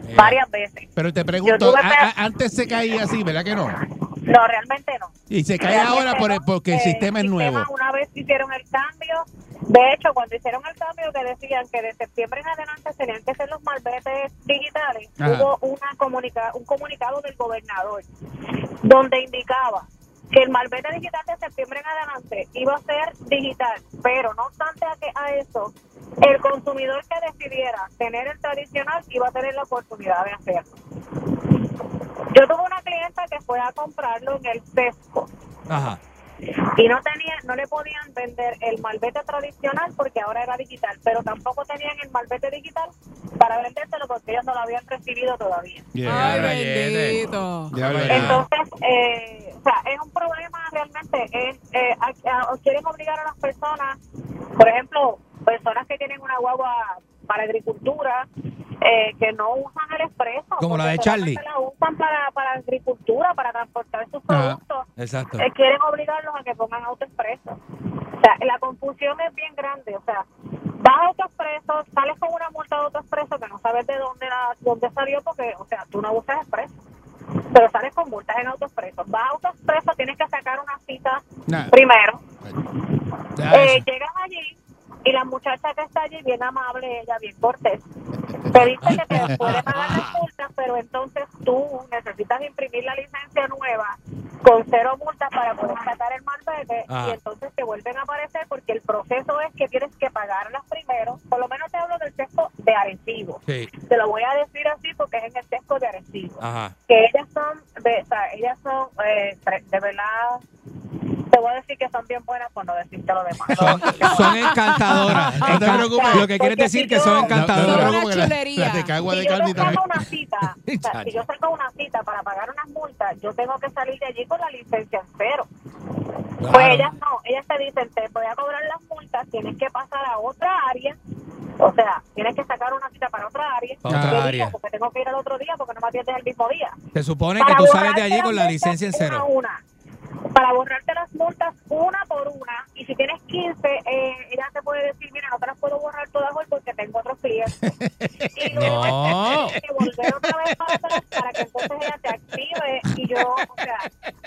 Eh,
varias veces.
Pero te pregunto,
tuve
a- a-
pe-
antes se caía así, ¿verdad que no?
No, realmente no.
Y se cae ahora por el- porque el
Eh,
sistema es nuevo.
Una vez hicieron el cambio, de hecho, cuando hicieron el cambio que decían que de septiembre en adelante tenían que ser los malbetes digitales,
Ajá.
hubo una comunica un comunicado del gobernador donde indicaba que el malvete digital de septiembre en adelante iba a ser digital, pero no obstante a, que, a eso, el consumidor que decidiera tener el tradicional iba a tener la oportunidad de hacerlo. Yo tuve una clienta que fue a comprarlo en el Tesco
Ajá.
y no tenía, no le podían vender el malvete tradicional porque ahora era digital, pero tampoco tenían el malvete digital para vendérselo porque ellos no lo habían recibido todavía.
¡Ay,
Rayete.
bendito!
Ya hablaré.
Entonces, eh, o sea, es un problema realmente. Es, eh, a- a- quieren obligar a las personas, por ejemplo, personas que tienen una guagua para agricultura, eh, que no usan el expreso.
Como la
porque
de Charlie.
solamente La usan para, para agricultura, para transportar sus
Ajá.
productos.
Exacto.
Eh, quieren obligarlos a que pongan autoexpreso. O sea, la confusión es bien grande. O sea, vas a autoexpreso, sales con una multa de autoexpreso que no sabes de dónde, la, dónde salió porque, o sea, tú no usas expreso. Pero sales con multas en autoexpreso. Vas a autoexpreso, tienes que sacar una cita
Nah.
primero.
Ya,
Eh,
eso.
llegas allí y la muchacha que está allí, bien amable, ella bien cortés, te dice que te puede pagar las multas, pero entonces tú necesitas imprimir la licencia nueva con cero multas para poder sacar el malvete
Ah.
y entonces te vuelven a aparecer porque el proceso es que tienes que pagarlas primero, por lo menos te hablo del texto de Arecibo.
Sí.
Te lo voy a decir así porque es en el texto de Arecibo.
Ajá.
Que ellas son, de, o sea, ellas son, eh, pre- de verdad, te voy a decir que son bien buenas por no decirte lo demás.
Son encantadoras.
No te
Encan-
preocupes.
Lo que quieres decir que son encantadoras.
La de cagua de
si yo
Carmen
saco
también.
una cita, o sea, si yo saco una cita para pagar unas multas, yo tengo que salir de allí con la licencia en cero. Pues ellas no, ellas te dicen, te voy a cobrar las multas, tienes que pasar a otra área, o sea, tienes que sacar una cita para otra área,
Otra
Yo digo,
área.
porque tengo que ir al otro día, porque no me atiendes el mismo día.
Se supone que
Para
tú sales de
borrarte
allí con la
las
licencia en
multas
cero.
Una a una. Para borrarte las multas una por una, y si tienes 15, eh, ella te puede decir, mira, no te las puedo borrar todas hoy porque tengo otros clientes. y luego
No.
tienes que volver otra vez para atrás para que entonces ella te active. Y yo, o sea,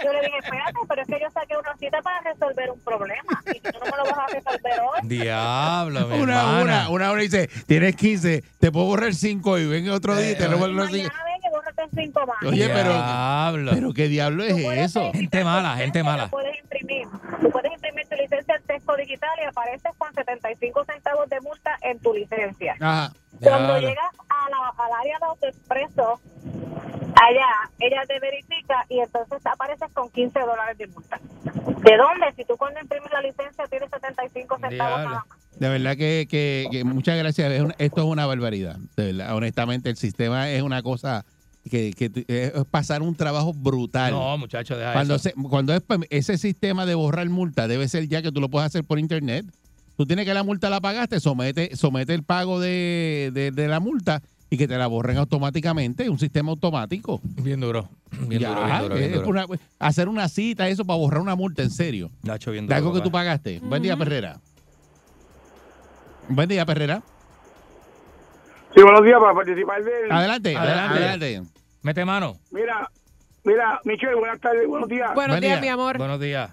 yo le dije, espérate, pero es que yo saqué una cita para resolver un problema, y tú no me lo vas a resolver hoy.
Diablo, mi
Una,
hermana.
una, una hora dice, tienes 15, te puedo borrar 5 y ven otro día y
Eh,
te revuelvo los 5.
Mañana ven y bórrate cinco más.
Oye, pero,
Diablo.
pero ¿qué diablo es eso?
Gente mala, gente mala.
puedes imprimir. Tú puedes imprimir tu licencia en texto digital y apareces con 75 centavos de multa en tu licencia.
Ajá.
Cuando
Diablo.
llegas a la, al área de autoexpreso, allá, ella te verifica y entonces apareces con 15 dólares de multa. ¿De dónde? Si tú cuando imprimes la licencia tienes 75 centavos
Diablo.
nada más.
De verdad que, que- que muchas gracias. Es una- esto es una barbaridad. De verdad, honestamente, el sistema es una cosa que, que t- es pasar un trabajo brutal.
No, muchachos, deja
cuando
eso.
se- cuando es, pues, ese sistema de borrar multa debe ser ya que tú lo puedes hacer por internet. Tú tienes que la multa la pagaste, somete, somete el pago de, de- de la multa y que te la borren automáticamente. Es un sistema automático.
Bien duro. Bien
Ya,
duro, bien duro, bien
es
duro.
una- hacer una cita, eso para borrar una multa, en serio.
Nacho, bien
De
duro,
algo que
papá.
tú pagaste. Buen día,
Ujú.
Perrera. Buen día, Perrera.
Sí, buenos días para participar del.
Adelante,
Adelante.
adelante.
Mete mano.
Mira, mira, Michelle, buenas tardes, buenos días.
Buen día. Buenos días.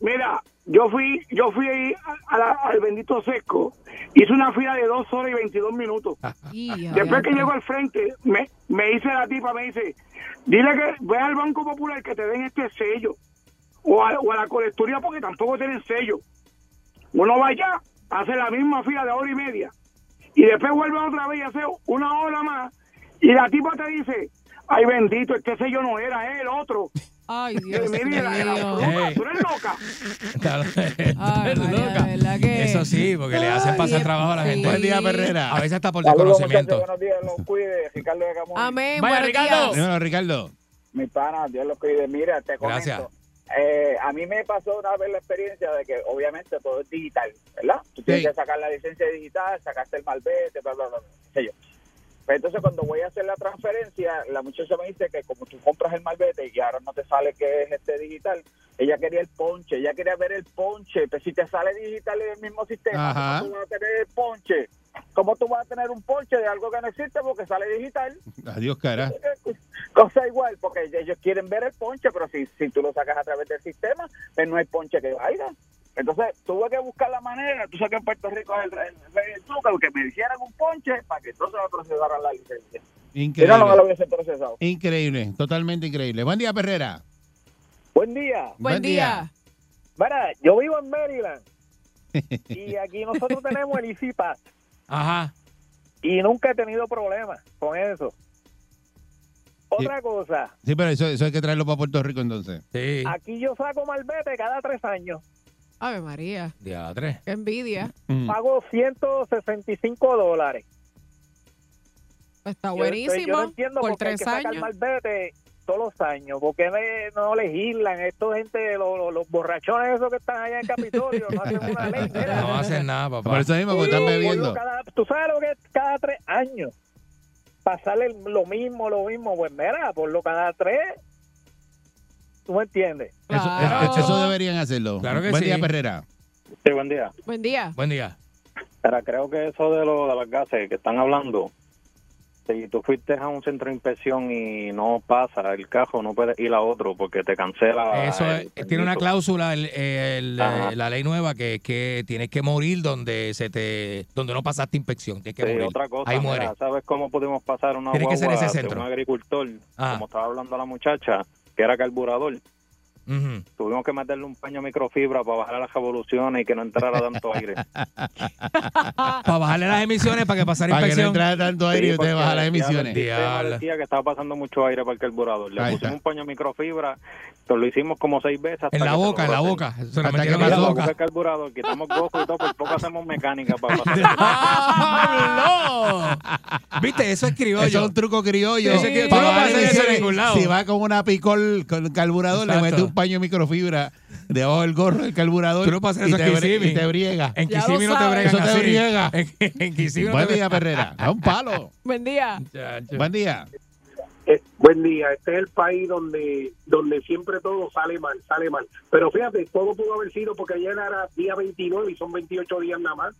Mira, yo fui, yo fui ahí a- a la- al bendito sesco, hice una fila de 2 horas y 22 minutos.
Ah.
Después que llego al frente, me, me dice la tipa, me dice, dile que ve al Banco Popular que te den este sello, o a, o a la colecturía porque tampoco tienen sello. Uno va allá, hace la misma fila de hora y media, y después vuelve otra vez y hace una hora más, y la tipa te dice, ay bendito, este sello no era, es el otro.
Ay,
Dios mío.
Ey.
Tú eres loca.
Estás loca. Eso sí, porque le hacen pasar trabajo a la gente.
Buen día, Perrera.
A veces hasta por
Saludos, muchachos,
desconocimiento.
buenos días, los cuide, Ricardo de Camuy.
Amén.
Vaya,
buenos
Ricardo.
días.
Dímelo, Ricardo.
Mi pana, Dios los cuide. Mira, te comento.
Gracias.
Eh, a mí me pasó una vez la experiencia de que obviamente todo es digital, ¿verdad? Tú tienes
Sí.
que sacar la licencia digital, sacaste el malvete, bla, bla, bla, bla, qué sé yo. Pero entonces cuando voy a hacer la transferencia, la muchacha me dice que como tú compras el malvete y ahora no te sale que es este digital, ella quería el ponche, ella quería ver el ponche, pero si te sale digital en el mismo sistema,
Ajá.
¿cómo tú vas a tener el ponche? ¿Cómo tú vas a tener un ponche de algo que no existe porque sale digital?
Adiós, cara.
Cosa igual, porque ellos quieren ver el ponche, pero si, si tú lo sacas a través del sistema, pues no hay ponche que vaya. Entonces tuve que buscar la manera, tú sabes que en Puerto Rico es el, el, rey del azúcar, que me hicieran un ponche para que entonces me procesaran la licencia. Si
Increíble.
no, no me lo hubiese procesado.
Increíble, totalmente increíble. Buen día, Perrera.
Buen día.
Buen Buen día.
Mira, yo vivo en Maryland y aquí nosotros tenemos el ICIPAS
Ajá.
y nunca he tenido problemas con eso. Otra cosa,
Sí, pero eso, eso hay que traerlo para Puerto Rico entonces.
Sí.
Ah.
Aquí yo saco malvete cada tres años.
Ave María,
Diadre.
qué envidia.
Mm.
Pago 165 dólares.
Pues Está
Yo-
buenísimo.
Yo no entiendo
por
por qué hay
tres
que sacar
años.
malvete todos los años. ¿Por qué me- no legislan esto gente, los, los- los borrachones esos que están allá en Capitolio? No hacen una ley. mira.
No va a hacer nada, papá.
Por eso mismo, porque están
Boludo,
bebiendo.
cada- Tú sabes lo que es cada tres años. Pasarle lo mismo, lo mismo. Pues mira, por lo cada tres. ¿Tú me entiendes?
Eso,
Claro.
eso- eso deberían hacerlo.
Claro que
Buen
sí.
día, Perrera.
Sí, buen día.
Buen día.
Buen día.
Pero creo que eso de, lo, de las gases que están hablando, si tú fuiste a un centro de inspección y no pasa el cajo, no puedes ir a otro porque te cancela.
Eso
el
es- tiene una
permiso.
cláusula el- el-
Ajá.
eh, la ley nueva que que tienes que morir donde se te donde no pasaste inspección, tienes que
Sí,
morir.
otra cosa,
Ahí
mira,
muere.
¿sabes cómo pudimos pasar una
Tiene que ser
guagua
ese centro.
de un agricultor?
Ah.
Como estaba hablando la muchacha, que era carburador. Tuvimos que meterle un paño microfibra para bajar las revoluciones y que no entrara tanto aire.
Para bajarle las emisiones, para que pasara
Para que no
inspección.
entrara
tanto
Sí,
y
porque decía- decía- Decía que estaba pasando mucho aire para el carburador. Le
Ahí
pusimos un paño microfibra, entonces lo hicimos como seis veces. hasta
En la
que se
boca, en la
logró
boca.
hacer.
Se lo
Hasta
metieron
que
en la
llegó
boca.
el carburador, quitamos gofos y todo, por poco hacemos mecánica para pasar.
¿Viste? Eso es criollo.
Eso es un truco criollo.
Eso es criollo.
Para
Tú no vas a
bajar
hacer eso en
emisiones,
ningún lado.
Si va con una picol con el carburador, le
Exacto.
mete un paño de microfibra debajo del gorro del carburador.
Tú no puedes hacer
y
eso en
te bre-
Kissimmee.
Y te briega.
En Kissimmee no te bregan
Eso
así.
te briega.
En, en Kissimmee no
Buen
te
día,
bregan.
Perrera. Da un palo.
Buen día.
Buen día.
Buen día, este es el país donde donde siempre todo sale mal, sale mal. Pero fíjate, todo pudo haber sido porque ayer era día 29 y son 28 días nada más.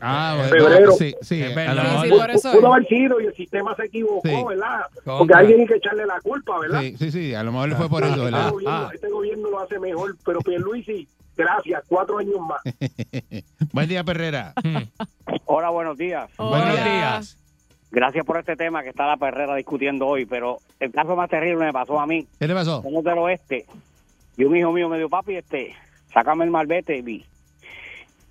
Ah,
bueno, Febrero.
Sí, sí.
Es
a lo
verdad.
mejor-
Pu- Pudo haber sido y el sistema se equivocó,
Sí.
¿verdad?
Contra.
Porque alguien hay que echarle la culpa, ¿verdad?
Sí, sí, sí, a lo mejor le fue por
Ah,
eso, ¿verdad?
Este, gobierno, este gobierno lo hace mejor, pero Pierluisi, gracias, cuatro años más. Eh,
Buen día, Perrera.
Hola, buenos días.
Buenos días.
Gracias por este tema que está la perrera discutiendo hoy, pero el caso más terrible me pasó a mí.
¿Qué le pasó?
Somos del oeste. Y un hijo mío me dijo, papi, este, sácame el malvete y,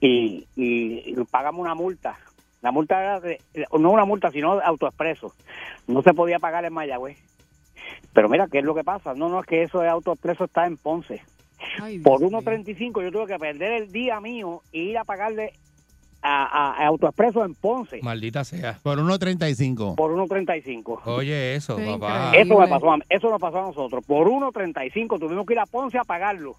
y, y pagamos una multa. La multa era, de- no una multa, sino autoexpreso. No se podía pagar en Mayagüez. Pero mira, ¿qué es lo que pasa? No, no, es que eso de autoexpreso está en Ponce. Por 1.35 yo tuve que perder el día mío y ir a pagarle a, a- a Autoexpreso en Ponce
Maldita sea. Por 1.35.
por 1.35.
Oye, eso, papá.
Eso, me pasó a- eso nos pasó a nosotros. Por 1.35 tuvimos que ir a Ponce a pagarlo.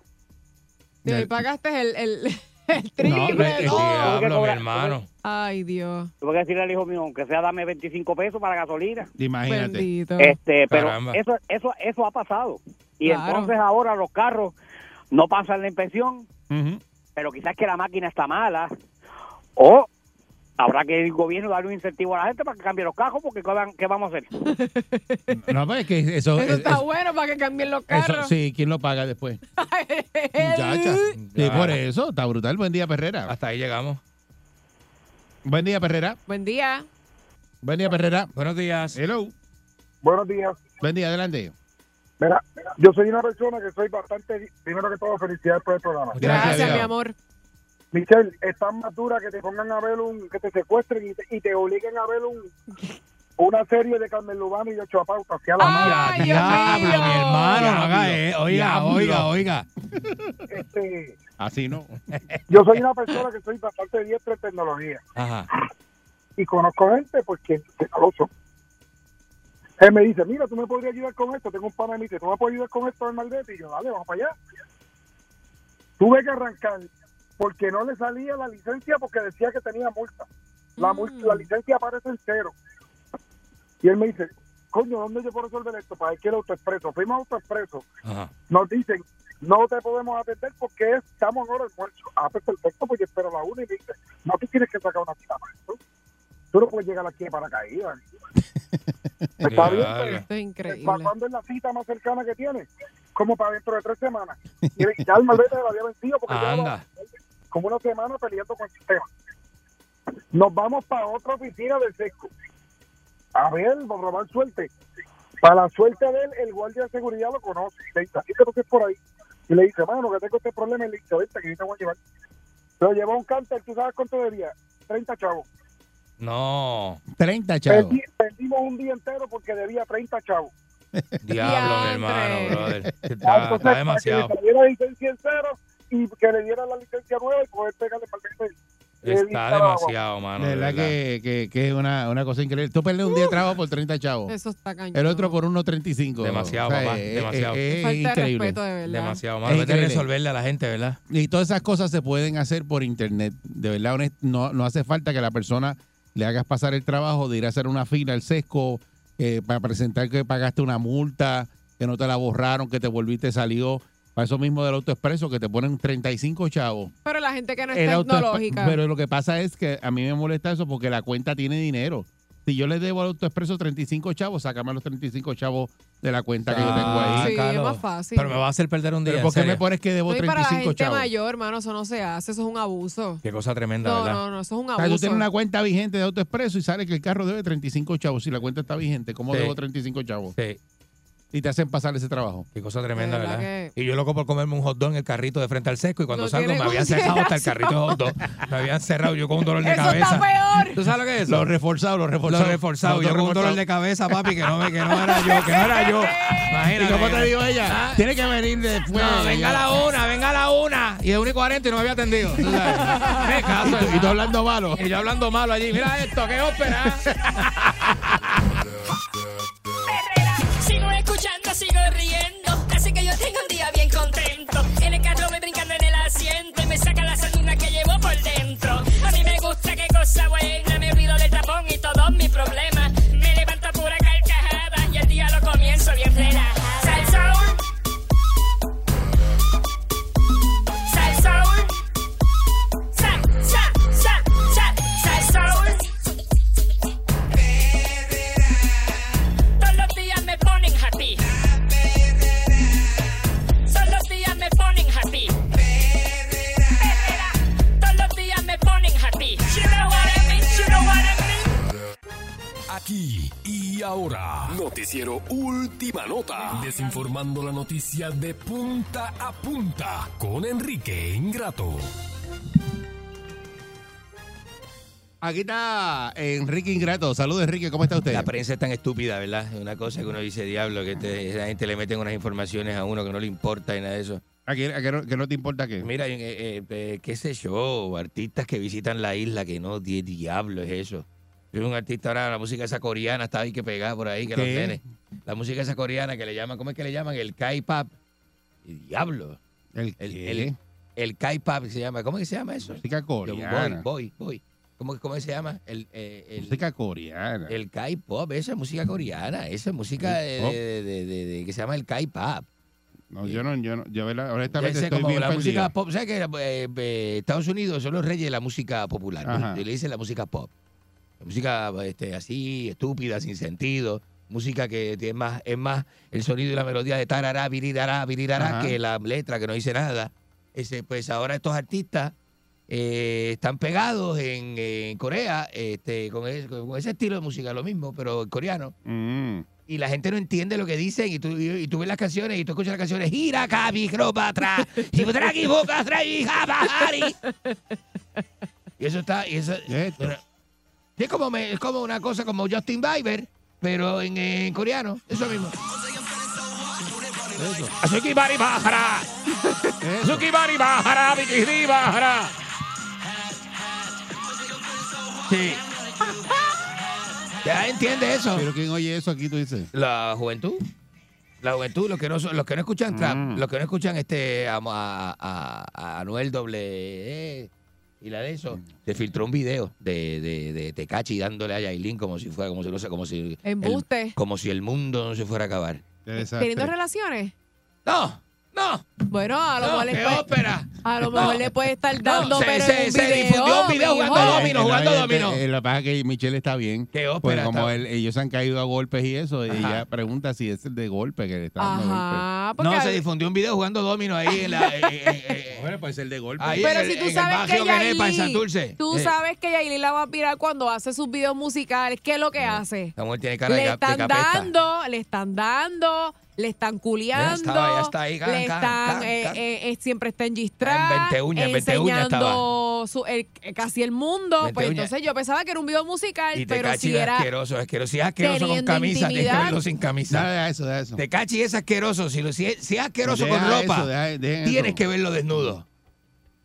Y ahí pagaste el, el, el triple. ¿no?
diablo, mi
hermano.
Ay, Dios.
Tuve que decirle al hijo mío, aunque sea dame 25 pesos para gasolina.
Imagínate.
Bendito.
Este, pero
Caramba.
eso, eso, eso ha pasado. Y
Claro.
entonces ahora los carros no pasan la inspección,
Ujú.
pero quizás que la máquina está mala o habrá que el gobierno darle un incentivo a la gente para que cambie los carros porque ¿qué van- ¿qué vamos a hacer?
No, pues es que eso.
Eso
es-
está bueno para que cambien los
eso-
carros.
sí, ¿quién lo paga después? Muchacha. Sí, por eso, está brutal. Buen día, Perrera. Hasta ahí llegamos. Buen día, Perrera.
Buen día.
Buen día, Perrera. Buenos días. Hello.
Buenos días.
Buen día, adelante.
Mira, yo soy una persona que soy bastante, primero que todo, felicidades por el programa.
Gracias, Gracias, mi Dios.
amor.
Michelle, es tan madura que te pongan a ver un, que te secuestren y te, y te obliguen a ver un, una serie de Carmen Lubano y Ochoa Pauta hacia la madre.
Diablo, mi hermano, no haga eh. Oiga,
Diablo.
oiga, oiga.
Este,
Así no.
yo soy una persona que soy bastante diestra en tecnología
Ajá.
y conozco gente pues que, que no lo son. Él me dice, mira, tú me podrías ayudar con esto, tengo un pana de mí, que tú me puedes ayudar con esto en Maldete, y yo, dale, vamos para allá. Tuve que arrancar porque no le salía la licencia porque decía que tenía multa. La, multa, la licencia aparece en cero. Y él me dice, coño, ¿dónde yo puedo resolver esto? Para que el autoexpreso. Fuimos a autoexpreso.
Ajá.
Nos dicen, no te podemos atender porque estamos en hora de almuerzo. Ah, pues perfecto, pues yo espero la una y me dice, no, tú tienes que sacar una cita para esto. Tú no puedes llegar aquí para caída. Está bien, pues.
Esto es increíble.
¿Para cuándo es la cita más cercana que tiene? Como para dentro de tres semanas. Y ya el malvete lo había vencido porque llevaba
Anda.
como una semana peleando con el sistema. Nos vamos para otra oficina del sesco. A ver, por robar suerte. Para la suerte de él, el guardia de seguridad lo conoce. Le dice, así que tú que es por ahí. Y le dice, mano, que tengo este problema. Y le dice, vente, que yo te voy a llevar. Lo llevó a un cáncer, ¿tú sabes cuánto debía? 30 chavos.
No.
30, chavos.
Perdi- perdimos un día entero porque debía 30 chavos.
Diablo, mi hermano, brother. Está, está
pues,
demasiado.
que le diera licencia en cero y que le diera la licencia nueva y poder pegarle para
Está demasiado, mano.
De verdad que, que, que es una, una cosa increíble. Tú perdés un día de trabajo por 30 chavos.
Eso está cañón.
El otro por 1.35.
Demasiado, papá,
es-
demasiado.
Es, es
Falta de
increíble.
respeto, de verdad.
Demasiado,
Es
mano. Hay que
increíble.
resolverle a la gente, ¿verdad?
Y todas esas cosas se pueden hacer por internet. De verdad, honest- no, no hace falta que la persona le hagas pasar el trabajo de ir a hacer una fila al sesco eh, para presentar que pagaste una multa, que no te la borraron, que te volviste, salió. Para eso mismo del autoexpreso, que te ponen 35 chavos.
Pero la gente que no
El
es
autoexp-
tecnológica.
Pero lo que pasa es que a mí me molesta eso porque la cuenta tiene dinero. Si yo le debo al autoexpreso 35 chavos, sácame los 35 chavos de la cuenta que yo tengo ahí.
Sí, es Sácalo. más fácil.
Pero me va a hacer perder un día.
Pero
en
¿por qué
serio.
me pones que debo
No, y para la
35
gente
chavos?
mayor, hermano, eso no se hace, eso es un abuso.
Qué cosa tremenda,
No,
¿verdad?
no, no, eso es un
O sea, tú
abuso.
tienes una cuenta vigente de AutoExpreso y sale que el carro debe 35 chavos. Si la cuenta está vigente, ¿cómo
Sí.
debo 35 chavos?
Sí.
y te hacen pasar ese trabajo.
Qué cosa tremenda,
De verdad
¿verdad? Y yo loco por comerme un hot dog en el carrito de frente al sesco y cuando
No
salgo me
tiene
habían cerrado hasta el carrito de hot dog. Me habían cerrado yo con un dolor de cabeza.
peor.
¿Tú sabes lo que es eso?
Los reforzados, los reforzados.
Los reforzados. Yo con un dolor de cabeza, papi, que no, me- que no era yo, que no era yo. Imagínate. Ah.
¿Y cómo te dijo ella? Tiene que venir después.
No, venga a la una, venga a la una. Y de 1 y 40 y no me había atendido. tú sabes. Me caso. Y tú hablando malo. Y yo hablando malo allí. Mira esto, qué ópera.
Sigo escuchando, sigo riendo. Así que yo tengo un día bien contento. En el carro me brincando en el asiento y me saca la sardina que llevo por dentro. A mí me gusta qué cosa buena. Me olvido del tapón y todos mis problemas. Me levanto a pura carcajada y el día lo comienzo bien relajada. Sal Soul. Sal Soul. Sal, sal, sal, sal, sal Soul. Todos los días me ponen happy. Todos los días me ponen happy. Perrera. Todos los días me ponen happy. You know what I mean, you know what I mean.
Aquí y ahora, Noticiero Última Nota, desinformando la noticia de punta a punta con Enrique Ingrato.
Aquí está Enrique Ingrato. Saludos, Enrique. ¿Cómo está usted?
La prensa es tan estúpida, ¿verdad? Es una cosa que uno dice, diablo, que te- la gente le meten unas informaciones a uno que no le importa y nada de eso.
¿A qué, a qué no, que no te importa qué?
Mira, eh, eh, eh, qué sé yo, artistas que visitan la isla, que no, di- diablo es eso. Yo soy un artista ahora, la música esa coreana está ahí que pegada por ahí, que los
¿Qué?
nenes. La música esa coreana que le llaman, ¿cómo es que le llaman? El K-pop. Diablo.
¿El
El, el, el K-pop se llama, ¿cómo que se llama eso?
Música coreana.
Voy, voy, voy. ¿Cómo, cómo se llama? El, eh, el-
Música coreana.
el K-pop, esa es música coreana, esa es música de,
K-pop.
de- de- de- de- que se llama el K-pop.
No, yo no, yo no, yo verdad,
Ya
honestamente
sé,
estoy
como
bien
la
perdido.
música pop, ¿sabes que eh, eh, Estados Unidos son los reyes de la música popular?
Ajá.
Le dicen la música pop. La música este, así, estúpida, sin sentido. Música que tiene más, es más el sonido y la melodía de tarará, virirará, virirará,
Ajá.
que la letra que no dice nada. Ese, pues ahora estos artistas eh, están pegados en, en Corea este, con, es- con ese estilo de música, lo mismo, pero en coreano
Mm.
y la gente no entiende lo que dicen y tú, y, y tú ves las canciones y tú escuchas las canciones gira cabi ropa atrás y traqui boca atrás y jabajari y eso está y eso pero- y es como me- es como una cosa como Justin Bieber pero en, en coreano eso mismo Azuki bari bajara Azuki bari bajara bikiri bajara sí ya entiende eso
Pero ¿quién oye eso aquí, tú dices?
La juventud. La juventud, los que no, son- los que no escuchan trap, los que no escuchan este a, a- a- a Anuel doble E y la de eso, se filtró un video de, de, de Tecachi dándole a Yailin como si fuera, como si no sé, como si el-
Embuste.
como si el mundo no se fuera a acabar.
¿Teniendo relaciones?
No, no.
Bueno, a lo
No,
mejor
qué
le puede,
ópera.
A lo mejor le puede estar dando,
se-
pero
se-
en un
se
video,
difundió un video
mijo.
jugando dominó, jugando
Eh,
dominó.
eh, Lo que pasa es que Michelle está bien.
Qué ópera
Pues como
está.
él- ellos se han caído a golpes y eso, ella pregunta si es el de golpe que le está dando
Ajá,
golpe.
porque
No, se difundió un video jugando domino ahí en la.
Bueno, pues el de golpe.
pero si tú sabes que
Nepa, en
Yailin,
Santurce.
tú
Eh.
sabes que Yailin la va a pirar cuando hace sus videos musicales, ¿qué es lo que
Mm.
hace?
La mujer tiene cara Eh, de
Le
gap- de
están
capeta.
dando, le están dando, le están culiando,
estaba, ya está ahí, can,
le
can,
están,
can,
eh,
can.
eh, eh, siempre está en
Ah, en
Gistra,
20 uñas, en 20 uñas
enseñando su- el- eh, casi el mundo,
20
pues
uñas.
entonces yo pensaba que era un video musical,
Y te
pero
cachi
si era...
asqueroso, asqueroso. Si es asqueroso con
teniendo
camisa, tienes que
intimidad.
verlo sin camisa.
Deja eso, deja eso.
Te cachi es asqueroso. Si, lo- si es, si es asqueroso
Deja
con
eso,
ropa,
deja- dejen
tienes
eso.
que verlo desnudo.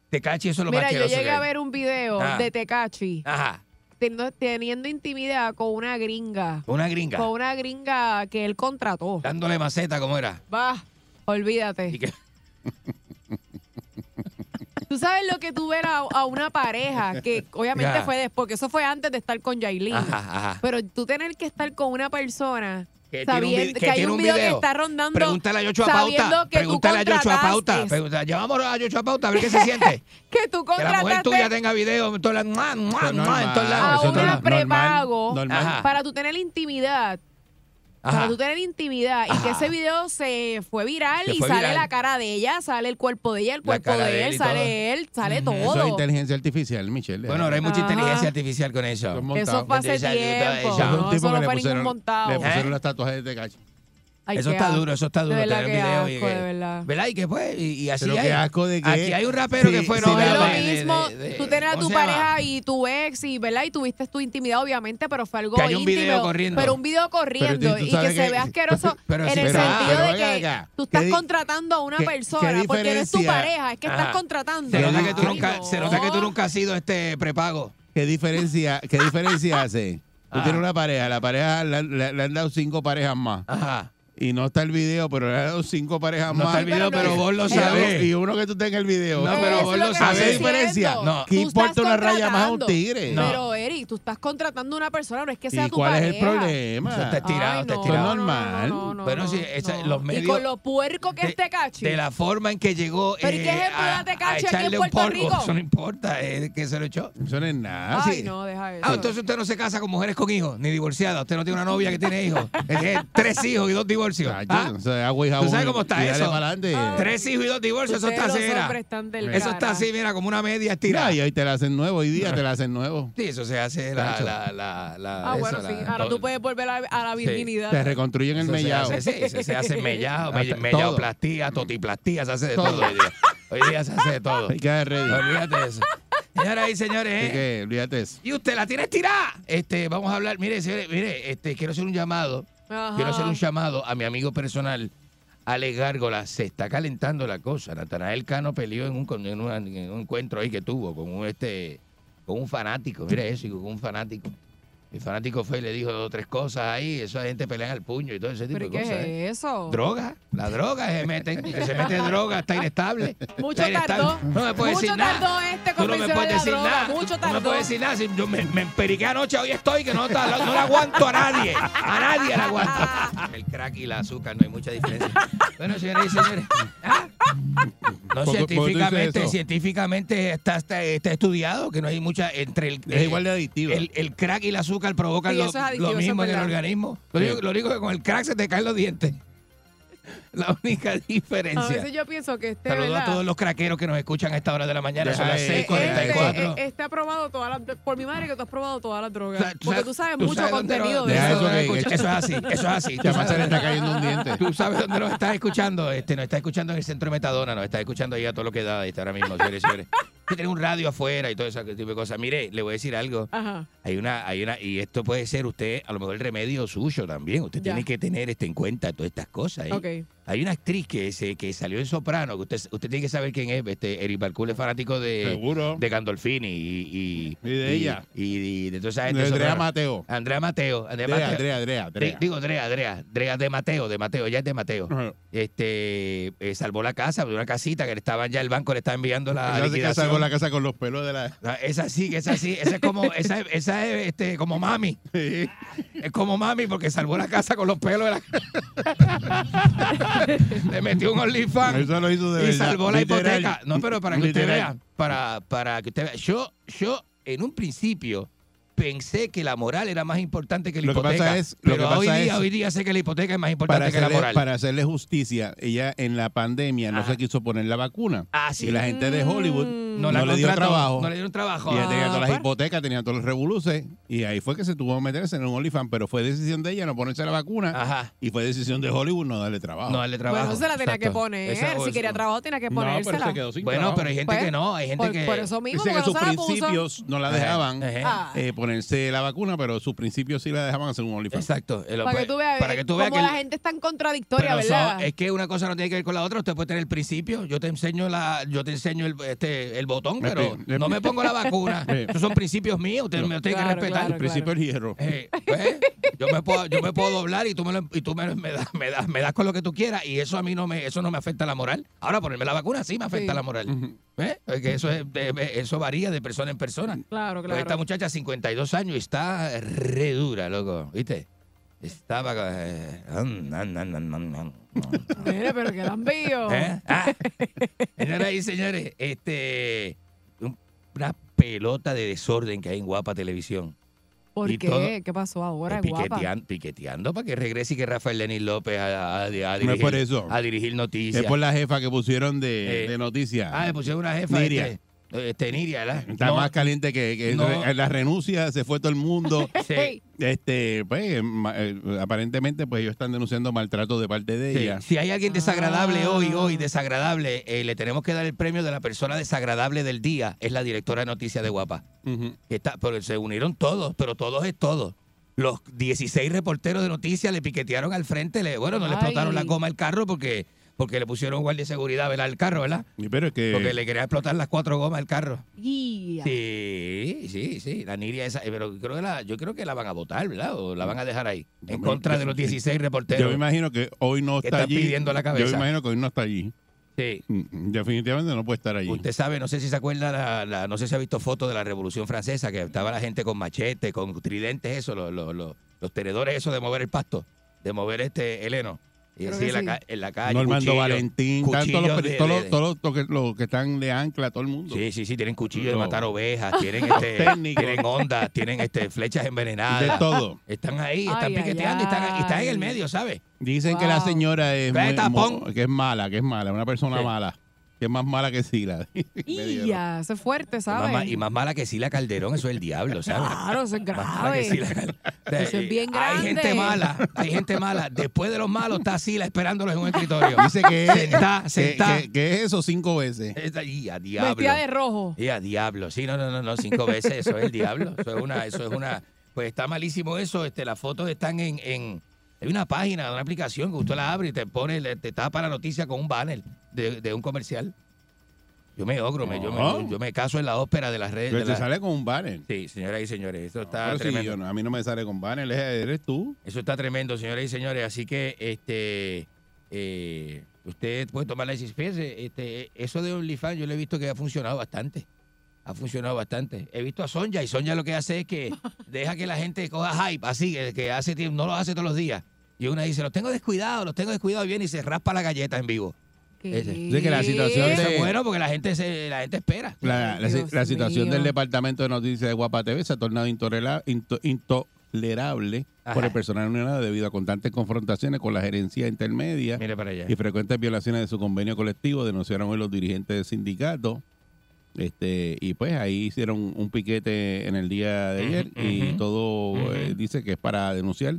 Te cachi, eso es lo más
Mira, yo
asqueroso.
llegué
que
a
hay.
ver un video
Ah.
de Tecachi
Ajá.
teniendo, teniendo intimidad con una gringa.
Una gringa.
Con una gringa que él contrató.
Dándole maceta, como era?
Va, olvídate. Tú sabes lo que tú ver a, a una pareja, que obviamente
Ya.
fue después, porque eso fue antes de estar con Yailin.
Ajá, ajá.
Pero tú tener que estar con una persona
Que tiene un
sabiendo
vid- que
que, hay
tiene
un
un
video, que
video.
está rondando.
Pregúntale a Yocho
sabiendo
Pauta.
que tú
Pregúntale a Yocho Pauta.
contrataste-
Pregunta- Llamámoslo a Yocho Pauta a ver qué se siente.
Que tú
Que la mujer
contrataste
tuya tenga video en todos lados. ¡mua, mua,
Eso es
mua! En
normal,
todos lados.
eso
a
es normal,
una prepago
normal.
Ajá.
para tú tener intimidad.
Ajá.
Para tú tener intimidad y que ese video se fue viral
Se
y
fue
sale
viral.
la cara de ella, sale el cuerpo de ella, el cuerpo
cara de
de él,
él y
sale él, sale
Eso es
todo.
inteligencia artificial, Michelle.
Bueno, ahora hay mucha
Ajá.
inteligencia artificial con eso.
Eso fue hace
Esa- esa-
tiempo.
esa-
No,
tipo
eso
que
no
le
fue ningún
pusieron,
montado.
le pusieron
¿Eh?
las tatuajes de Tecachi.
Ay,
eso
qué
está
asco.
duro, eso está
De
duro.
verdad,
tener
qué
video y
asco,
que-
de verdad.
¿Verdad? Y que fue, y, y así
Pero
hay.
qué asco de que-
Aquí hay un rapero
Sí,
que fue
sí,
novio
de-
de-
lo
de- de-
mismo,
de-
tú tenías a
¿cómo
tu
se llama?
pareja y tu ex y verdad y tuviste tu intimidad obviamente pero fue algo
Que hay un
íntimo
video corriendo.
pero un video corriendo
tú
y que,
sabes
se
que-
vea asqueroso
pero
en
sí,
el
pero- ah,
sentido
pero
de
venga
que
acá.
tú estás
¿Qué di-
contratando a una
qué- qué
persona porque no es tu
diferencia?
pareja es que estás
Ajá.
contratando
Se
¿Qué
nota,
di-
que tú nunca, se nota que tú nunca has sido este prepago. Ah.
¿Qué diferencia, qué diferencia hace? Tú tienes una pareja, la pareja le, han- le- le han dado cinco parejas más. Y no está el video, pero le han dado cinco parejas
No
más.
está el video, pero vos lo
Y
sabés.
uno- Y uno que tú tengas el video.
No, pero Eso vos es lo lo que sabés.
¿Hace
estoy
diferencia?
diciendo. No.
¿Qué
Tú estás
importa una raya más a un
contratando.
tigre?
pero Eric tú estás contratando a una persona no es que sea
¿Y
tu
cuál
pareja
es el problema?
Eso está estirado, está
Eso
estirado.
es normal.
Pero sí, esa- los
y
medios,
con lo puerco que este es Tecachi
de la forma en que llegó
Pero, ¿y qué
eh,
ejemplo
a,
da Tecachi
a
aquí en
echarle un
Puerto
polvo,
Rico?
eso no importa, es que se lo echó.
Eso no es nada.
ay no deja eso
Ah, entonces usted no se casa con mujeres con hijos, ni divorciada. Usted no tiene una novia que tiene hijos. Que tiene tres hijos y dos divorcios. ¿Ah?
Eso es agua y
¿Tú
jabón.
sabes
y-
cómo
y
está
dale
eso?
para adelante.
Tres hijos y dos divorcios, eso está
Ah. Ustedes
así,
los
era.
hombres están del
Eso está
cara.
así, mira, como una media estirada.
Mira, y hoy te la hacen nuevo, hoy día te la hacen nuevo.
Sí, eso se hace la...
Tacho.
la, la, la-
ah
eso,
bueno sí
la-
ahora
todo.
tú puedes volver a, a la
Sí.
virginidad
Te reconstruyen el
Eso se
mellado.
hace, sí, se, se hace mellado,
Hasta- todo.
melladoplastía, totiplastía, se hace de todo.
Todo.
hoy día. Hoy día se hace de todo.
Hay que dar ready.
Olvídate de eso. Señoras y señores,
Así
¿eh?
que, olvídate de eso.
y usted la tiene estirada. Este, vamos a hablar, mire, señores, mire, este, quiero hacer un llamado.
Ajá.
Quiero hacer un llamado a mi amigo personal, Ale Gárgola. Se está calentando la cosa. Natanael Cano peleó en un, con- en una- en un encuentro ahí que tuvo con un, este, con un fanático. Mire eso, y con un fanático. El fanático fue y le dijo dos o tres cosas ahí. Esa gente pelea al puño y todo ese tipo
pero
de cosas. ¿eh?
qué es eso
Droga, la droga se meten, que se mete droga, está inestable.
Mucho
está inestable.
tardó.
No me puedes
Mucho
decir nada.
tardó este
Tú no me
convencional
puedes
de la
decir
droga,
nada.
mucho
No me
tardó.
puedes decir nada. Si yo me, me emperiqué anoche, hoy estoy, que no, está- no, le aguanto a nadie. A nadie le aguanto. El crack y la azúcar, no hay mucha diferencia. Bueno, señores y señores. ¿ah? No,
¿Por qué- por qué tú dices
científicamente,
eso?
científicamente está, está, está estudiado que no hay mucha entre el eh,
Es igual de adictiva.
el, el crack y el azúcar provocan
Sí,
lo,
eso es adictivo,
lo
eso es
mismo en el
verdad.
organismo. Lo
Sí.
único, lo único es que con el crack se te caen los dientes. La única
a veces
diferencia.
yo pienso que este
Saludos a
¿verdad?
todos los craqueros que nos escuchan a esta hora de la mañana. Son
Deja
las
de-
Este,
6.44.
eh, este ha probado todas las por mi madre que tú has probado todas las drogas.
¿Tú
porque
sabes-
tú sabes
tú
mucho
sabes dónde
contenido
nos-
de
Deja
sabes
eso
dónde
que-
nos escuchan. Eso es así, eso es así.
Ya
Tú
más se le
sabes-
está cayendo un diente.
Tú sabes dónde nos estás escuchando. Este, nos estás escuchando en el centro de Metadona, nos estás escuchando ahí a todo lo que da este, ahora mismo, señores y señores. Que tiene un radio afuera y todo ese tipo de cosas. Mire, le voy a decir algo.
Ajá.
Hay una, hay una, y esto puede ser usted, a lo mejor el remedio suyo también. Usted
Ya.
tiene que tener este, en cuenta todas estas cosas. ¿eh?
Ok.
Hay una actriz que se, que salió en Soprano, que usted, usted tiene que saber quién es, este, Eric Barcul es fanático de,
Seguro.
de Gandolfini y, y,
Y de ella.
Y, y de toda esa gente.
De
de
Andrea
Soprano.
Mateo.
Andrea Mateo. Andrea
Drea,
Mateo.
Drea, Drea,
Di-
Drea.
Digo, Drea, Drea, Drea de Mateo, de Mateo, ya es de Mateo.
Ajá.
Este eh, salvó la casa, una casita que le estaban ya el banco le estaba enviando
Ella
la
se casa
liquidación.
con la casa con los pelos de la.
No, Esa sí, que esa sí, esa es como, esa, es- esa es este, como mami. Es como mami porque salvó la casa con los pelos de la Le metió un OnlyFans
Eso lo hizo de
y
verdad.
salvó la
literal.
hipoteca. No, pero para que usted
Literal.
vea, para, para que usted vea. Yo, yo en un principio pensé que la moral era más importante que la
Lo que
hipoteca.
pasa es- lo
pero
que pasa
hoy día,
es-
hoy día sé que la hipoteca es más
Para
importante que la
hacerle,
moral.
para hacerle justicia, ella en la pandemia no se quiso poner la vacuna.
Ah, sí.
Y la gente de Hollywood no,
la
le dio
contrató,
trabajo.
No le dieron trabajo.
Y ella tenía
Ah,
todas las
bueno.
hipotecas, tenía todos los revoluces. Y ahí fue que se tuvo que meterse en un OnlyFans. Pero fue decisión de ella no ponerse la vacuna.
Ajá.
Y fue decisión de Hollywood no darle trabajo.
No darle trabajo.
Bueno, se la tenía
Exacto.
que poner.
Esa-
si quería trabajo, tenía que ponérsela.
sin
Bueno,
trabajo.
pero hay gente
Pues,
que no, hay gente
por,
que...
por eso mismo,
Dice que
porque
sus
no se la puso.
principios no la
Ajá,
dejaban
Ah.
ajá.
eh, ponerse la vacuna, pero sus principios sí la dejaban hacer un OnlyFans.
Exacto. el-
Para que tú veas,
pues, para que tú veas
como
que
la
el-
gente es tan contradictoria,
pero
¿verdad?
son- es que una cosa no tiene que ver con la otra. Usted puede tener el principio. Yo te enseño la, yo te enseño el, este, el botón,
Me
pero
pi- me
no
pi-
me pongo la vacuna.
Sí.
Esos son principios míos. Usted me los tiene que
Claro,
respetar.
claro,
El principio del hierro.
Eh, pues, yo me puedo, yo me puedo doblar y tú me lo- y tú me, lo- me das, me das, me das con lo que tú quieras y eso a mí no me, eso no me afecta la moral. Ahora ponerme la vacuna sí me afecta
Sí.
la moral.
Ujú.
¿Eh? Porque eso es, de- de- eso varía de persona en persona.
Claro,
Pues
claro.
esta muchacha 52 años y está re dura, loco, ¿viste? Estaba eh, an, an, an, an, an, an.
Mire, pero que la envío.
¿Eh? Ah. Señoras y señores, este un- una pelota de desorden que hay en Guapa Televisión.
¿Por
y
qué?
todo-
¿Qué pasó ahora,
Eh,
guapa?
piquetean- piqueteando para que regrese y que Rafael Denis López a, a- a dirigir,
No es por eso.
a dirigir noticias.
Es por la jefa que pusieron de,
Eh,
de noticias.
Ah, le pusieron una jefa.
Niria.
este, Este, Nidia, ¿verdad?
Está
No,
más caliente que, que
No.
re- la renuncia, se fue todo el mundo.
Sí.
Este, pues, ma- eh, aparentemente, pues ellos están denunciando maltrato de parte de
Sí,
ella.
Si hay alguien desagradable hoy, hoy, desagradable, eh, le tenemos que dar el premio de la persona desagradable del día. Es la directora de noticias de Guapa. Que está, pero se unieron todos, pero todos es todos. Los 16 reporteros de noticias le piquetearon al frente. le- bueno, no le
Ay.
explotaron la goma al carro porque, porque le pusieron guardia de seguridad ¿verdad? al carro, ¿verdad?
Y Pero es que.
Porque le quería explotar las cuatro gomas al carro.
Y-
Sí, sí, sí. La Niria esa, eh, pero creo que la, yo creo que la van a votar, ¿verdad? O la van a dejar ahí. En contra de los 16 reporteros.
Yo me imagino que hoy no
que
está
están
allí.
pidiendo la cabeza.
Yo me imagino que hoy no está allí.
Sí.
Mm, Definitivamente no puede estar allí.
Usted sabe, no sé si se acuerda, la- la- no sé si ha visto fotos de la Revolución Francesa, que estaba la gente con machete, con tridentes, eso, los, los, los- los tenedores, eso de mover el pasto, de mover este heleno. Y
Creo
así
que
en, la,
sí.
ca- en la calle.
Normando
cuchillos,
Valentín, están todos los,
cuchillos
peri-
de-
todos
de-
los- todos los- todos los que- los que están de ancla, todo el mundo.
Sí, sí, sí, tienen cuchillos de
No.
matar ovejas, tienen,
Los
este,
técnicos.
tienen ondas, tienen este, flechas envenenadas.
De todo.
Están ahí, están
Ay, ay,
piqueteando y están, y están en el medio, ¿sabes?
Dicen que la
Wow.
señora es,
Trae
muy-
tapón.
mo- que es mala, que es mala, una persona
Sí.
mala. Que es más mala que Sila.
Y ya, eso es fuerte,
Más ma- y
¿sabes?
más mala que Sila Calderón, eso es el diablo, ¿sabes?
Claro, eso es
Mala que Sila
grave.
Calderón.
Eso es bien
eh, Hay
grande.
gente mala, hay gente mala. Después de los malos está Sila esperándolos en un escritorio.
Dice que es,
Sentá,
que-
sentá.
que- que es eso cinco veces.
Esta- y a diablo.
Vestida de rojo.
Y a diablo. Sí, no, no, no, no, cinco veces, eso es el diablo. Eso es una, eso es una. Pues está malísimo eso. Este, las fotos están en, en- hay una página, una aplicación que usted la abre y te pone, le- te tapa la noticia con un banner de, de un comercial. Yo me ogro, me- yo, me,
No.
yo me caso en la ópera de las redes.
Ah. Pero
de
te
la-
sale con un banner.
Sí, señoras y señores, esto está
Pero si
tremendo.
yo no- a mí no me sale con banner, es- eres tú.
Eso está tremendo, señoras y señores. Así que, este, eh, usted puede tomar la decisión. Fíjese, este, eso de OnlyFans yo lo he visto que ha funcionado bastante. Ha funcionado bastante. He visto a Sonja y Sonja lo que hace es que deja que la gente coja hype, así, que- que hace tiempo, no lo hace todos los días. Y una dice, los tengo descuidados, los tengo descuidados bien y se raspa la galleta en vivo. Ese.
Dice que la situación
Eso
de-
es bueno porque la gente, se, la gente espera.
La, la-
Dios
la situación
mío.
del Departamento de Noticias de Guapa TV se ha tornado intorela- into- intolerable por el personal unionado debido a constantes confrontaciones con la gerencia intermedia
Mire para allá.
y frecuentes violaciones de su convenio colectivo. Denunciaron hoy los dirigentes del sindicato. Este, y pues ahí hicieron un piquete en el día de ayer y todo eh, dice que es para denunciar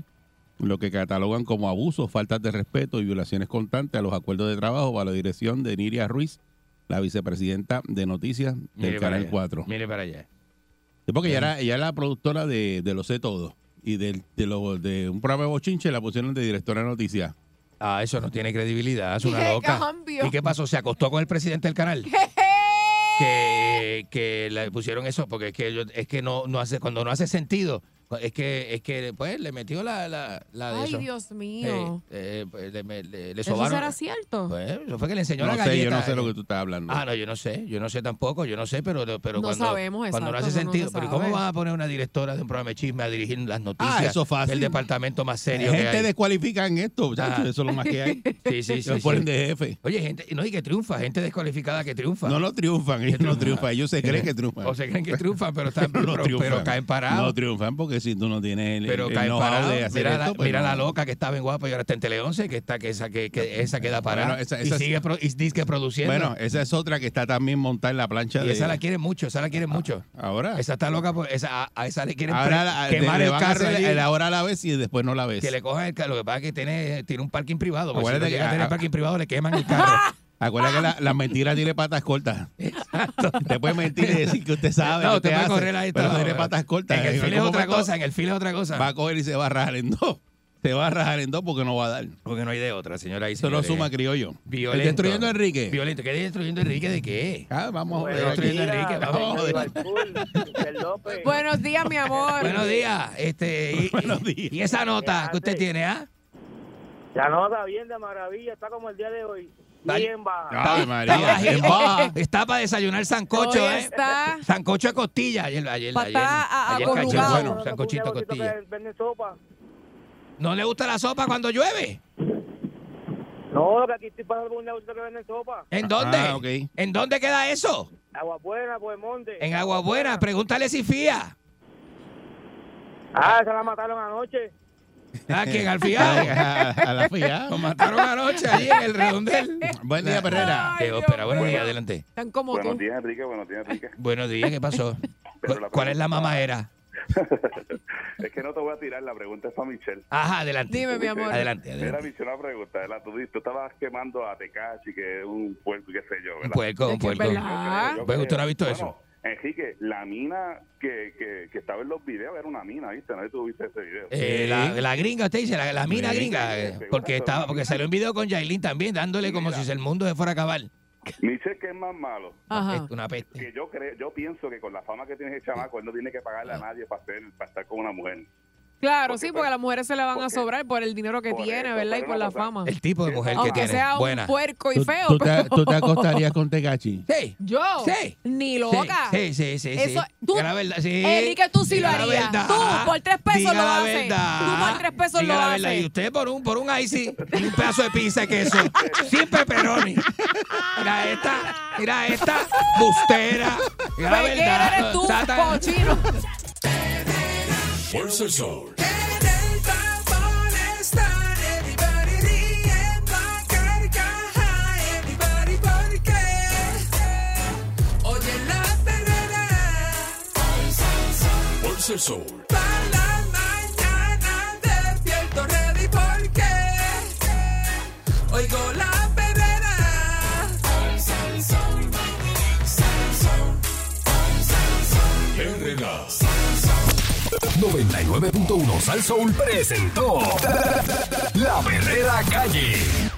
lo que catalogan como abusos, faltas de respeto y violaciones constantes a los acuerdos de trabajo bajo la dirección de Niria Ruiz, la vicepresidenta de Noticias del
Mire para
Canal
allá.
4.
Mire para allá.
Sí, porque ella era, ella era la productora de, de Lo Sé Todo y del- de, lo- de un programa de bochinche la pusieron de directora de Noticias.
Ah, eso no tiene credibilidad, es una
¡Qué
loca.
cambio!
¿Y qué pasó? ¿Se acostó con el presidente del canal? que, que le pusieron eso, porque es que yo- es que no, no hace, cuando no hace sentido, es que, es que pues le metió la, la, la de
Ay,
eso.
Dios mío.
Eh, eh, pues, le, me- le- le
¿Eso
sobaron.
será cierto?
Pues, eso fue que le enseñó
No
la
sé,
galleta.
yo no sé lo que tú estás hablando.
Ah, no, yo no sé, yo no sé tampoco, yo no sé, pero, pero
No
cuando,
sabemos,
cuando no
exacto,
hace
eso no
sentido,
se
pero
sabe.
¿cómo van a poner una directora de un programa de chisme a dirigir las noticias
Ah, eso fácil.
del departamento más serio que hay?
gente descualifica en esto, muchachos,
Ajá.
eso es lo más que hay.
Sí, sí, sí.
Los ponen
sí.
de jefe.
Oye, gente, no, y que triunfa, gente descualificada que triunfa.
No lo triunfan, ellos no triunfan, ellos se creen que triunfan.
O se creen que triunfan, pero, están,
No
pero,
triunfan.
pero caen parados.
No triunfan porque si tú no tienes el,
pero
el
caen
know-how
parados.
de hacer
Mira, la,
esto, pues
mira
no.
la loca que estaba en Guapa y ahora está en Tele 11, que, está, que, esa, que, que esa queda parada.
Bueno, esa- esa-
y sigue pro- y disque produciendo.
Bueno, esa es otra que está también montada en la plancha
y
de...
esa la quiere mucho, esa la quiere mucho.
Ahora.
Esa está loca, por, esa, a, a esa le quieren
Ahora
pre-
la-
quemar
le
el
van a
carro.
hacer
allí.
el ahora la ves y después no la ves.
que le cojan el carro. Lo que pasa es que tiene, tiene un parking privado. Porque si
Acuérdate
no
que-
llega a tener
a-
parking privado, le queman el carro.
Acuérdate que la, la mentira tiene patas cortas. Te puede mentir y decir que usted sabe.
No,
que
usted
usted
puede
hace,
correr ahí
Ah, Pero
todo.
tiene patas cortas.
En el fil es
algún
otra
momento
cosa, en el fil es otra cosa.
Va a coger y se va a rajar en dos. Se Oh, va a rajar en dos porque no va a dar.
Porque no hay de otra, señora. Y
Eso lo
señores.
suma criollo.
Violento.
El destruyendo a Enrique.
Violento. ¿Qué destruyendo a Enrique de qué?
Ah, vamos a joder
Destruyendo a
aquí.
Enrique,
Vamos a
vamos.
joder.
Buenos días, mi amor.
Buenos días. Este, y, y esa nota que usted tiene, ¿ah?
La nota bien de maravilla, está como el día de hoy. Bien baja.
Ay, María,
Está-
en baja.
Está para desayunar sancocho,
Hoy
¿eh?
está-
Sancocho a costilla. Ayer, ayer,
Pa'
ayer.
estar a- a-
ayer
acurrucado.
caché bueno,
Bueno,
sancochito a
Negocito
costilla.
que vende sopa.
¿No le gusta la sopa cuando llueve?
No, que aquí estoy pasando por un negocito que vende sopa.
¿En dónde?
Ah, ok.
¿En dónde queda eso?
Agua buena, pues, Monte.
En Aguabuena. Pregúntale si fía.
Ah, esa la mataron anoche.
¿A quién? ¿Al fiado?
A, a la FIA.
Lo mataron anoche allí en el redondel.
Buen día, Perrera.
Te espera, buenos días, adelante.
Tan como
Buenos
tú.
días, Enrique. Buenos días, Enrique.
Buenos días, ¿qué pasó?
Pero la
¿Cuál es la
pregunta-
mamadera?
Es que no te voy a tirar, la pregunta es para Michelle.
Ajá, adelante. Dime, mi amor. Adelante,
Era
adelante.
Michelle una pregunta. ¿verdad? Tú, dices, tú estabas quemando a Tecachi, que es un puerco, y qué sé yo, ¿verdad?
Un puerco, un puerco.
Yo
Pues, ¿Usted no ha visto
creo-
eso?
bueno, Enrique, la mina que, que, que estaba en los videos era una mina, ¿viste? No sé si tú viste ese video.
Eh, la, la gringa, usted dice, la, la mina
Sí,
gringa.
sí,
eh,
sí,
Porque estaba, porque salió un video con Yailin también, dándole como si el mundo se fuera a acabar.
Michelle, ¿qué es más malo?
Ajá. Una peste.
Que yo, creo, yo pienso que con la fama que tiene ese chamaco, él no tiene que pagarle a nadie para, hacer, para estar con una mujer.
Claro, sí, porque a las mujeres se le van a sobrar por el dinero que tiene, ¿verdad? Y por la fama.
El tipo de mujer
Aunque
que tiene.
sea un
buena.
puerco y feo.
¿Tú te,
pero-
tú te acostarías con Tecachi?
Sí.
Yo. Ni loca.
Sí, sí, sí. sí.
Eso- tú-
Diga la verdad, sí.
Enrique, tú sí
Diga
lo
la
harías.
verdad.
Tú por tres pesos
Diga
lo
la
haces.
verdad.
Tú por tres pesos
Diga
lo
la verdad.
haces.
Y usted por un, por un icy y un pedazo de pizza y queso. Siempre peroni. Mira esta, mira esta, bustera. Diga la
Peguero
verdad.
eres tú,
Satan-
cochino.
Fuerza el sol.
Oye la perrera
Fuerza el sol.
Pa' la mañana despierto ready porque Oigo la perrera
Perrera. 99.1 Sal Soul presentó La Perrera Calle.